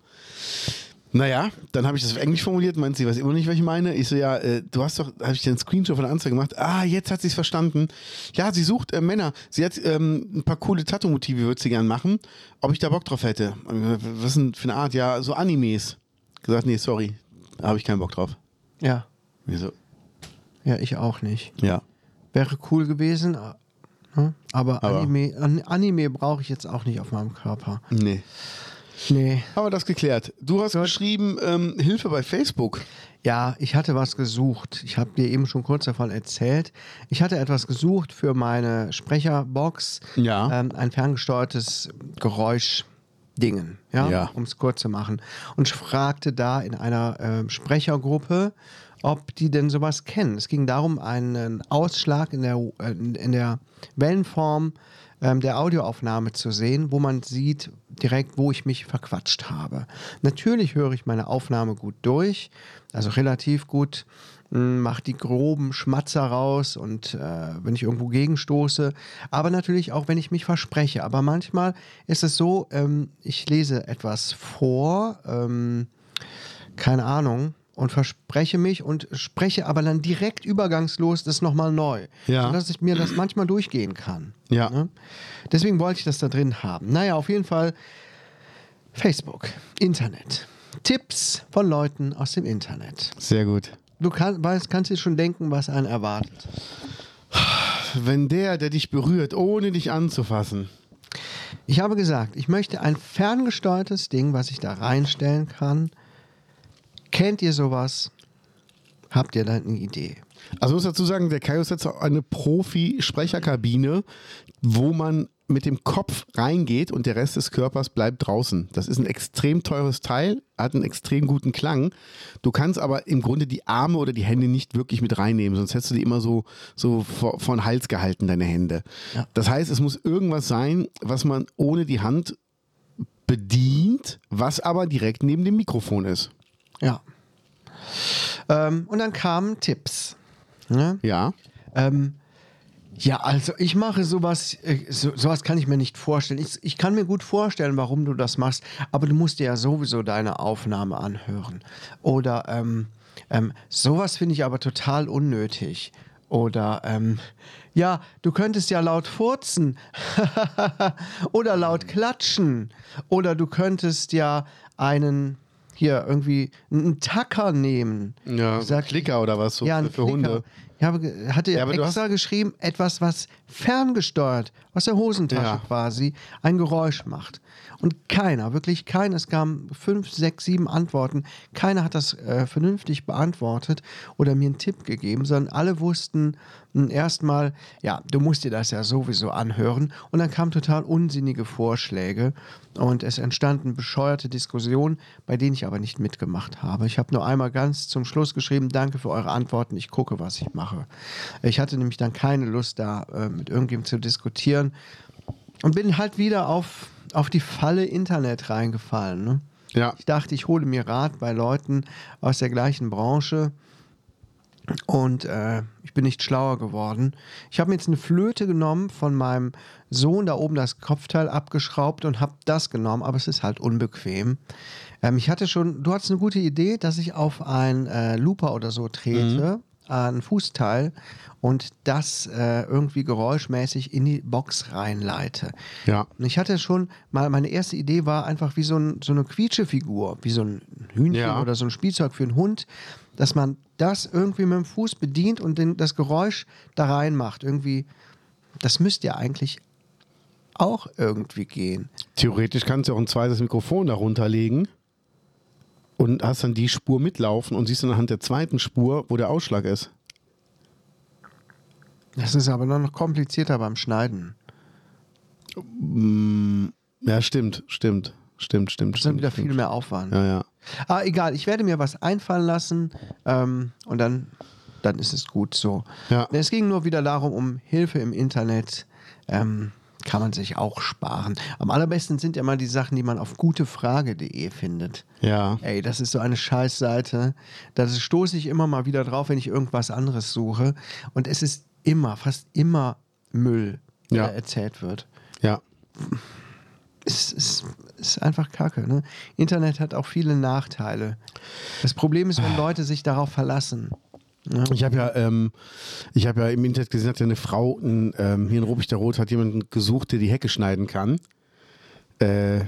D: Naja, dann habe ich das auf Englisch formuliert, meint sie, weiß immer nicht, was ich meine. Ich so, ja, äh, du hast doch, habe ich dir einen Screenshot von der Anzeige gemacht. Ah, jetzt hat sie es verstanden. Ja, sie sucht äh, Männer. Sie hat ähm, ein paar coole Tattoo-Motive, würde sie gern machen. Ob ich da Bock drauf hätte? Äh, Was denn für eine Art? Ja, so Animes. Gesagt, nee, sorry, da habe ich keinen Bock drauf.
C: Ja.
D: Ich so,
C: Ja, ich auch nicht.
D: ja.
C: Wäre cool gewesen, a- ne? aber,
D: Aber-
C: Anime, An Anime brauche ich jetzt auch nicht auf meinem Körper.
D: Nee.
C: Nee.
D: Haben wir das geklärt. Du hast geschrieben, ähm, Hilfe bei Facebook.
C: Ja, ich hatte was gesucht. Ich habe dir eben schon kurz davon erzählt. Ich hatte etwas gesucht für meine Sprecherbox.
D: Ja.
C: Ähm, ein ferngesteuertes Geräusch-Dingen, ja,
D: Ja.
C: um es kurz zu machen. Und ich fragte da in einer ähm, Sprechergruppe, ob die denn sowas kennen. Es ging darum, einen Ausschlag in der, äh, in in der Wellenform ähm, der Audioaufnahme zu sehen, wo man sieht direkt, wo ich mich verquatscht habe. Natürlich höre ich meine Aufnahme gut durch, also relativ gut macht Hm, die groben Schmatzer raus und äh, wenn ich irgendwo gegenstoße, aber natürlich auch, wenn ich mich verspreche. Aber manchmal ist es so, ähm, ich lese etwas vor, ähm, keine Ahnung, und verspreche mich und spreche aber dann direkt übergangslos das nochmal neu,
D: Ja.
C: sodass ich mir das manchmal durchgehen kann.
D: Ja.
C: Ne? Deswegen wollte ich das da drin haben. Naja, auf jeden Fall Facebook, Internet. Tipps von Leuten aus dem Internet.
D: Sehr gut.
C: Du kann, weißt, kannst dir schon denken, was einen erwartet.
D: Wenn der, der dich berührt, ohne dich anzufassen.
C: Ich habe gesagt, ich möchte ein ferngesteuertes Ding, was ich da reinstellen kann. Kennt ihr sowas? Habt ihr da eine Idee?
D: Also muss dazu sagen, der Kaius hat so eine Profi-Sprecherkabine, wo man mit dem Kopf reingeht und der Rest des Körpers bleibt draußen. Das ist ein extrem teures Teil, hat einen extrem guten Klang. Du kannst aber im Grunde die Arme oder die Hände nicht wirklich mit reinnehmen, sonst hättest du die immer so, so vor, vor den Hals gehalten, deine Hände. Das heißt, es muss irgendwas sein, was man ohne die Hand bedient, was aber direkt neben dem Mikrofon ist.
C: Ja. Ähm, und dann kamen Tipps. Ne?
D: Ja.
C: Ähm, ja, also ich mache sowas, äh, so, sowas kann ich mir nicht vorstellen. Ich, ich kann mir gut vorstellen, warum du das machst, aber du musst dir ja sowieso deine Aufnahme anhören. Oder ähm, ähm, sowas finde ich aber total unnötig. Oder ähm, ja, du könntest ja laut furzen oder laut klatschen. Oder du könntest ja einen hier irgendwie einen Tacker nehmen.
D: Ja,
C: Sag-
D: Klicker oder was so
C: ja, ein
D: für, für Hunde.
C: Ich habe, ge- hatte
D: Ja,
C: ja,
D: aber du
C: extra geschrieben, etwas, was ferngesteuert, aus der Hosentasche
D: Ja.
C: quasi, ein Geräusch macht. Und keiner, wirklich keiner, es kamen fünf, sechs, sieben Antworten, keiner hat das äh, vernünftig beantwortet oder mir einen Tipp gegeben, sondern alle wussten mh, erstmal, ja, du musst dir das ja sowieso anhören. Und dann kamen total unsinnige Vorschläge und es entstanden bescheuerte Diskussionen, bei denen ich aber nicht mitgemacht habe. Ich habe nur einmal ganz zum Schluss geschrieben, danke für eure Antworten, ich gucke, was ich mache. Ich hatte nämlich dann keine Lust, da äh, mit irgendjemandem zu diskutieren und bin halt wieder auf, auf die Falle Internet reingefallen. Ne?
D: Ja.
C: Ich dachte, ich hole mir Rat bei Leuten aus der gleichen Branche und äh, ich bin nicht schlauer geworden. Ich habe mir jetzt eine Flöte genommen von meinem Sohn, da oben das Kopfteil abgeschraubt und habe das genommen, aber es ist halt unbequem. Ähm, ich hatte schon, du hattest eine gute Idee, dass ich auf einen äh, Looper oder so trete, äh, ein Fußteil und das äh, irgendwie geräuschmäßig in die Box reinleite.
D: Ja.
C: Und ich hatte schon mal, meine erste Idee war einfach wie so, ein, so eine Quietschefigur, wie so ein Hühnchen
D: Ja.
C: oder so ein Spielzeug für einen Hund, dass man das irgendwie mit dem Fuß bedient und den, das Geräusch da reinmacht. Irgendwie, das müsste ja eigentlich auch irgendwie gehen.
D: Theoretisch kannst du auch ein zweites Mikrofon darunter legen und hast dann die Spur mitlaufen und siehst dann anhand der zweiten Spur, wo der Ausschlag ist.
C: Das ist aber noch komplizierter beim Schneiden.
D: Ja, stimmt, stimmt, stimmt, stimmt.
C: Das ist dann
D: stimmt
C: wieder
D: stimmt.
C: viel mehr Aufwand.
D: Ja, ja.
C: Ah, egal, ich werde mir was einfallen lassen ähm, und dann, dann ist es gut so.
D: Ja.
C: Es ging nur wieder darum, um Hilfe im Internet ähm, kann man sich auch sparen. Am allerbesten sind ja mal die Sachen, die man auf gutefrage.de findet.
D: Ja.
C: Ey, das ist so eine Scheißseite. Da stoße ich immer mal wieder drauf, wenn ich irgendwas anderes suche. Und es ist immer, fast immer Müll, der
D: Ja.
C: erzählt wird.
D: Ja.
C: Es ist ist einfach kacke. Ne? Internet hat auch viele Nachteile. Das Problem ist, wenn
D: Ah.
C: Leute sich darauf verlassen.
D: Ich habe ja, ähm, ich habe ja im Internet gesehen, hat ja eine Frau ein, ähm, hier in Rubik der Rot hat jemanden gesucht, der die Hecke schneiden kann. Äh,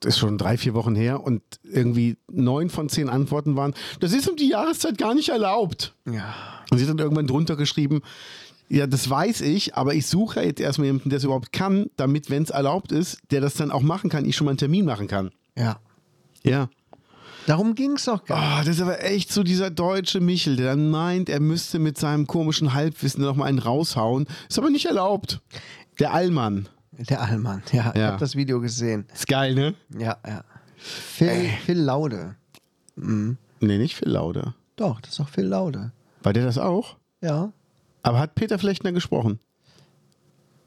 D: das ist schon drei, vier Wochen her und irgendwie neun von zehn Antworten waren, das ist um die Jahreszeit gar nicht erlaubt.
C: Ja.
D: Und sie hat dann irgendwann drunter geschrieben, ja, das weiß ich, aber ich suche jetzt erstmal jemanden, der es überhaupt kann, damit, wenn es erlaubt ist, der das dann auch machen kann, ich schon mal einen Termin machen kann.
C: Ja.
D: Ja.
C: Darum ging es doch gar nicht.
D: Ah, das ist aber echt so dieser deutsche Michel, der dann meint, er müsste mit seinem komischen Halbwissen noch mal einen raushauen. Ist aber nicht erlaubt. Der Allmann.
C: Der Allmann, ja. Ich
D: Ja.
C: habe das Video gesehen.
D: Ist geil, ne?
C: Ja, ja. Phil, Phil Laude.
D: Nee, nicht Phil Laude.
C: Doch, das ist doch Phil Laude.
D: War der das auch?
C: Ja.
D: Aber hat Peter Flechtner gesprochen?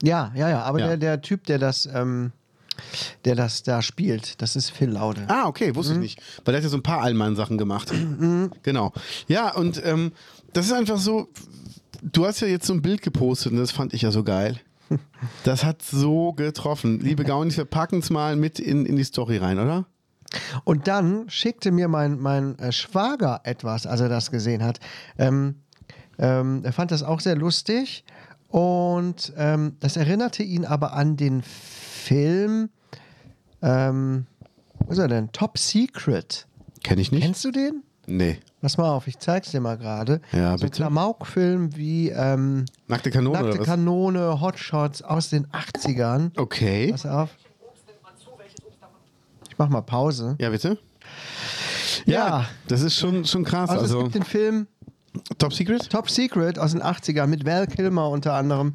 C: Ja, ja, ja. Aber
D: Ja.
C: Der, der Typ, der das, ähm, der das da spielt, das ist Phil Laude.
D: Ah, okay, wusste
C: Mhm.
D: ich nicht. Weil der hat ja so ein paar Allmann-Sachen gemacht. Genau. Ja, und ähm, das ist einfach so, du hast ja jetzt so ein Bild gepostet und das fand ich ja so geil. Das hat so getroffen. Liebe Gaunis, wir packen es mal mit in, in die Story rein, oder?
C: Und dann schickte mir mein, mein äh, Schwager etwas, als er das gesehen hat. Ähm, ähm, er fand das auch sehr lustig und ähm, das erinnerte ihn aber an den Film, ähm, wo ist er denn? Top Secret.
D: Kenne ich nicht.
C: Kennst du den?
D: nee.
C: Pass mal auf, ich zeig's dir mal gerade.
D: Ja,
C: so
D: bitte.
C: Klamauk-Film wie ähm,
D: Nackte Kanone oder
C: Nackte
D: was?
C: Kanone, Hot Shots aus den 80ern.
D: Okay.
C: Pass auf. Ich mach mal Pause.
D: Ja, bitte?
C: Ja.
D: Das ist schon, schon krass.
C: Also, es
D: Also,
C: gibt den Film
D: Top Secret?
C: Top Secret aus den 80ern mit Val Kilmer unter anderem.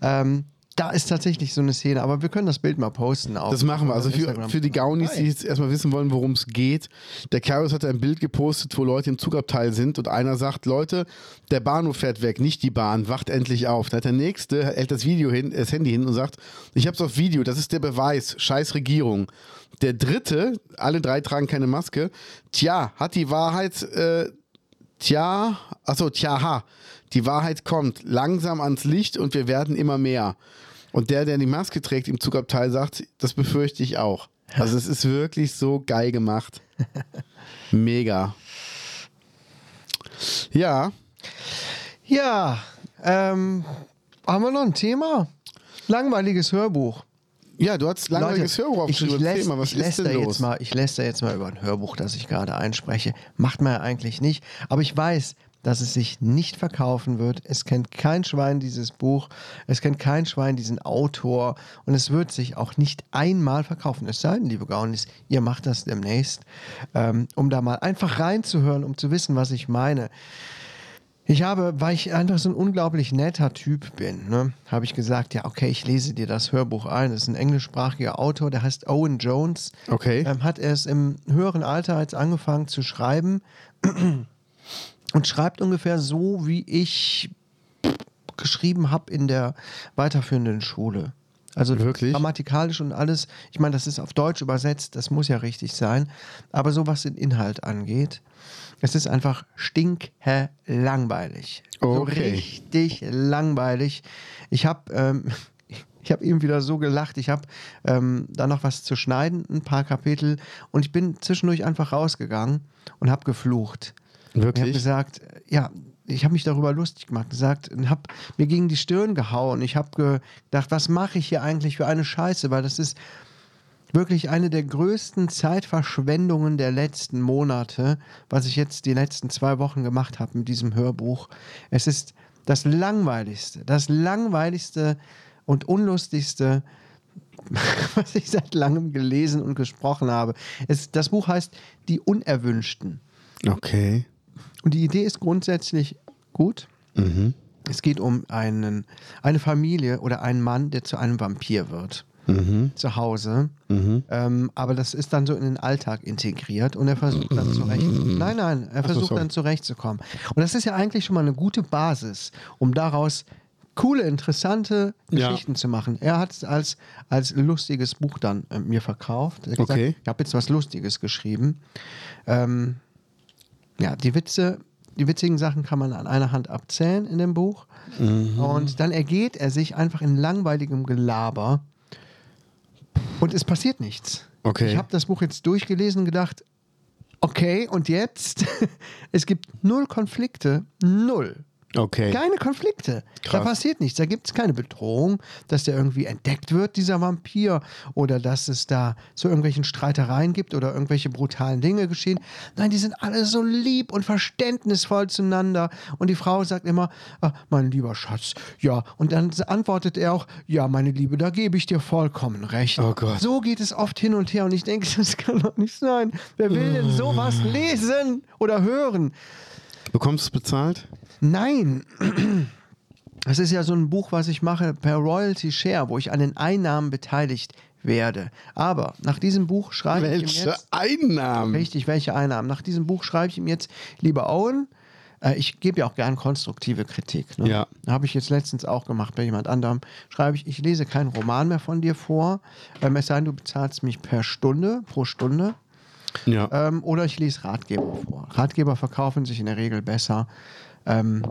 C: Ähm, da ist tatsächlich so eine Szene, aber wir können das Bild mal posten. Auf
D: Das machen wir. Also für,
C: Instagram.
D: für die Gaunis, die jetzt erstmal wissen wollen, worum es geht. Der Kairos hat ein Bild gepostet, wo Leute im Zugabteil sind und einer sagt, Leute, der Bahnhof fährt weg, nicht die Bahn, wacht endlich auf. Dann hat der Nächste, hält das Video hin, das Handy hin und sagt, ich hab's auf Video, das ist der Beweis, scheiß Regierung. Der Dritte, alle drei tragen keine Maske, tja, hat die Wahrheit... Äh, Tja, achso, tja, ha. Die Wahrheit kommt langsam ans Licht und wir werden immer mehr. Und der, der die Maske trägt im Zugabteil, sagt, das befürchte ich auch. Also es ist wirklich so geil gemacht. Mega. Ja,
C: Ja, ähm, haben wir noch ein Thema? Langweiliges Hörbuch.
D: ja, du hast langweiliges
C: Leute,
D: Hörbuch
C: ich,
D: aufgeschrieben.
C: ich lässt,
D: Erzähl mal, was
C: ich lässt
D: ist
C: da
D: denn
C: jetzt
D: los?
C: mal, ich lässt da jetzt mal über ein Hörbuch, das ich gerade einspreche. Macht man ja eigentlich nicht, aber ich weiß, dass es sich nicht verkaufen wird. Es kennt kein Schwein dieses Buch, es kennt kein Schwein diesen Autor und es wird sich auch nicht einmal verkaufen. Es sei denn, liebe Gaunis, ihr macht das demnächst, ähm, um da mal einfach reinzuhören, um zu wissen, was ich meine. Ich habe, weil ich einfach so ein unglaublich netter Typ bin, ne, habe ich gesagt, ja, okay, ich lese dir das Hörbuch ein. Das ist ein englischsprachiger Autor, der heißt Owen Jones.
D: Okay.
C: Ähm, hat erst im höheren Alter jetzt angefangen zu schreiben und schreibt ungefähr so, wie ich geschrieben habe in der weiterführenden Schule. Also
D: Wirklich?
C: grammatikalisch und alles. Ich meine, das ist auf Deutsch übersetzt, das muss ja richtig sein. Aber so was den Inhalt angeht, es ist einfach stinklangweilig. So
D: Okay.
C: richtig langweilig. Ich habe ähm, ich hab eben wieder so gelacht. Ich habe ähm, da noch was zu schneiden, ein paar Kapitel. Und ich bin zwischendurch einfach rausgegangen und habe geflucht. Ich habe
D: Wirklich?
C: gesagt, ja, ich habe mich darüber lustig gemacht, gesagt und habe mir gegen die Stirn gehauen. Ich habe gedacht, was mache ich hier eigentlich für eine Scheiße, weil das ist wirklich eine der größten Zeitverschwendungen der letzten Monate, was ich jetzt die letzten zwei Wochen gemacht habe mit diesem Hörbuch. Es ist das langweiligste, das langweiligste und unlustigste, was ich seit langem gelesen und gesprochen habe. Es, das Buch heißt Die Unerwünschten.
D: Okay.
C: Und die Idee ist grundsätzlich gut.
D: Mhm.
C: Es geht um einen, eine Familie oder einen Mann, der zu einem Vampir wird.
D: Mhm.
C: Zu Hause. Ähm, aber das ist dann so in den Alltag integriert und er versucht dann zurecht. Nein, nein, er versucht
D: Mhm. sorry.
C: dann zurechtzukommen. Und das ist ja eigentlich schon mal eine gute Basis, um daraus coole, interessante
D: Ja.
C: Geschichten zu machen. Er hat es als, als lustiges Buch dann äh, mir verkauft. Er hat gesagt,
D: Okay.
C: Ich habe jetzt was Lustiges geschrieben. Ähm, Ja, die Witze, die witzigen Sachen kann man an einer Hand abzählen in dem Buch.
D: Mhm.
C: Und dann ergeht er sich einfach in langweiligem Gelaber. Und es passiert nichts.
D: Okay.
C: Ich habe das Buch jetzt durchgelesen und gedacht, okay, und jetzt? es gibt null Konflikte. Null.
D: okay.
C: Keine Konflikte. Da
D: Krass.
C: passiert nichts. Da gibt es keine Bedrohung, dass der irgendwie entdeckt wird, dieser Vampir, oder dass es da zu irgendwelchen Streitereien gibt oder irgendwelche brutalen Dinge geschehen. Nein, die sind alle so lieb und verständnisvoll zueinander. Und die Frau sagt immer, "Ah, mein lieber Schatz, ja. Und dann antwortet er auch, ja, meine Liebe, da gebe ich dir vollkommen recht.
D: Oh Gott.
C: So geht es oft hin und her. Und ich denke, das kann doch nicht sein. Wer will denn sowas
D: Oh.
C: lesen oder hören?
D: Bekommst du es bezahlt?
C: Nein. Das ist ja so ein Buch, was ich mache per Royalty Share, wo ich an den Einnahmen beteiligt werde. Aber nach diesem Buch schreibe ich ihm
D: Welche
C: jetzt.
D: Einnahmen?
C: Richtig, welche Einnahmen? Nach diesem Buch schreibe ich ihm jetzt, lieber Owen, äh, ich gebe ja auch gern konstruktive Kritik. Ne?
D: Ja.
C: Habe ich jetzt letztens auch gemacht bei jemand anderem. Schreibe ich, ich lese keinen Roman mehr von dir vor, ähm, es sei denn, du bezahlst mich per Stunde, pro Stunde.
D: Ja.
C: Ähm, oder ich lese Ratgeber vor. Ratgeber verkaufen sich in der Regel besser. Ähm,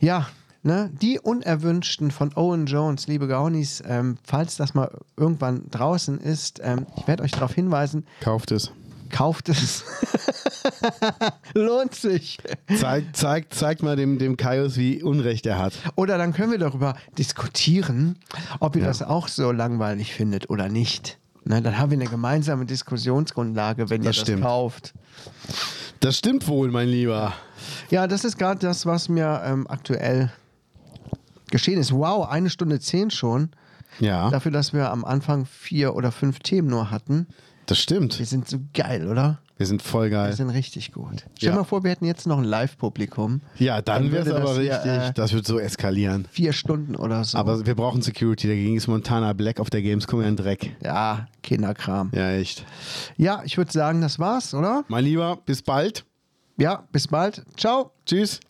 C: ja, ne? die Unerwünschten von Owen Jones, liebe Gaunis, ähm, falls das mal irgendwann draußen ist, ähm, ich werde euch darauf hinweisen,
D: Kauft es.
C: kauft es. Lohnt sich.
D: Zeigt zeig, zeig mal dem, dem Kaius, wie Unrecht er hat.
C: Oder dann können wir darüber diskutieren, ob ihr das auch so langweilig findet oder nicht. Ne, dann haben wir eine gemeinsame Diskussionsgrundlage, wenn ihr
D: Das
C: das
D: stimmt.
C: kauft.
D: Das stimmt wohl, mein Lieber.
C: Ja, das ist gerade das, was mir ähm, aktuell geschehen ist. Wow, eine Stunde zehn schon.
D: Ja,
C: Dafür, dass wir am Anfang vier oder fünf Themen nur hatten.
D: das
C: Wir
D: stimmt.
C: sind so geil, oder?
D: Wir sind voll
C: Wir
D: geil.
C: sind richtig gut. Stell dir
D: Ja.
C: mal vor, wir hätten jetzt noch ein Live-Publikum.
D: Ja, dann wäre es
C: würde
D: aber
C: das hier,
D: richtig.
C: äh,
D: das wird so eskalieren.
C: Vier Stunden oder so.
D: Aber wir brauchen Security. Dagegen ist Montana Black auf der Gamescom ja ein Dreck.
C: ja, Kinderkram.
D: Ja, echt.
C: Ja, ich würde sagen, das war's, oder?
D: Mein Lieber, bis bald.
C: Ja, bis bald. Ciao.
D: Tschüss.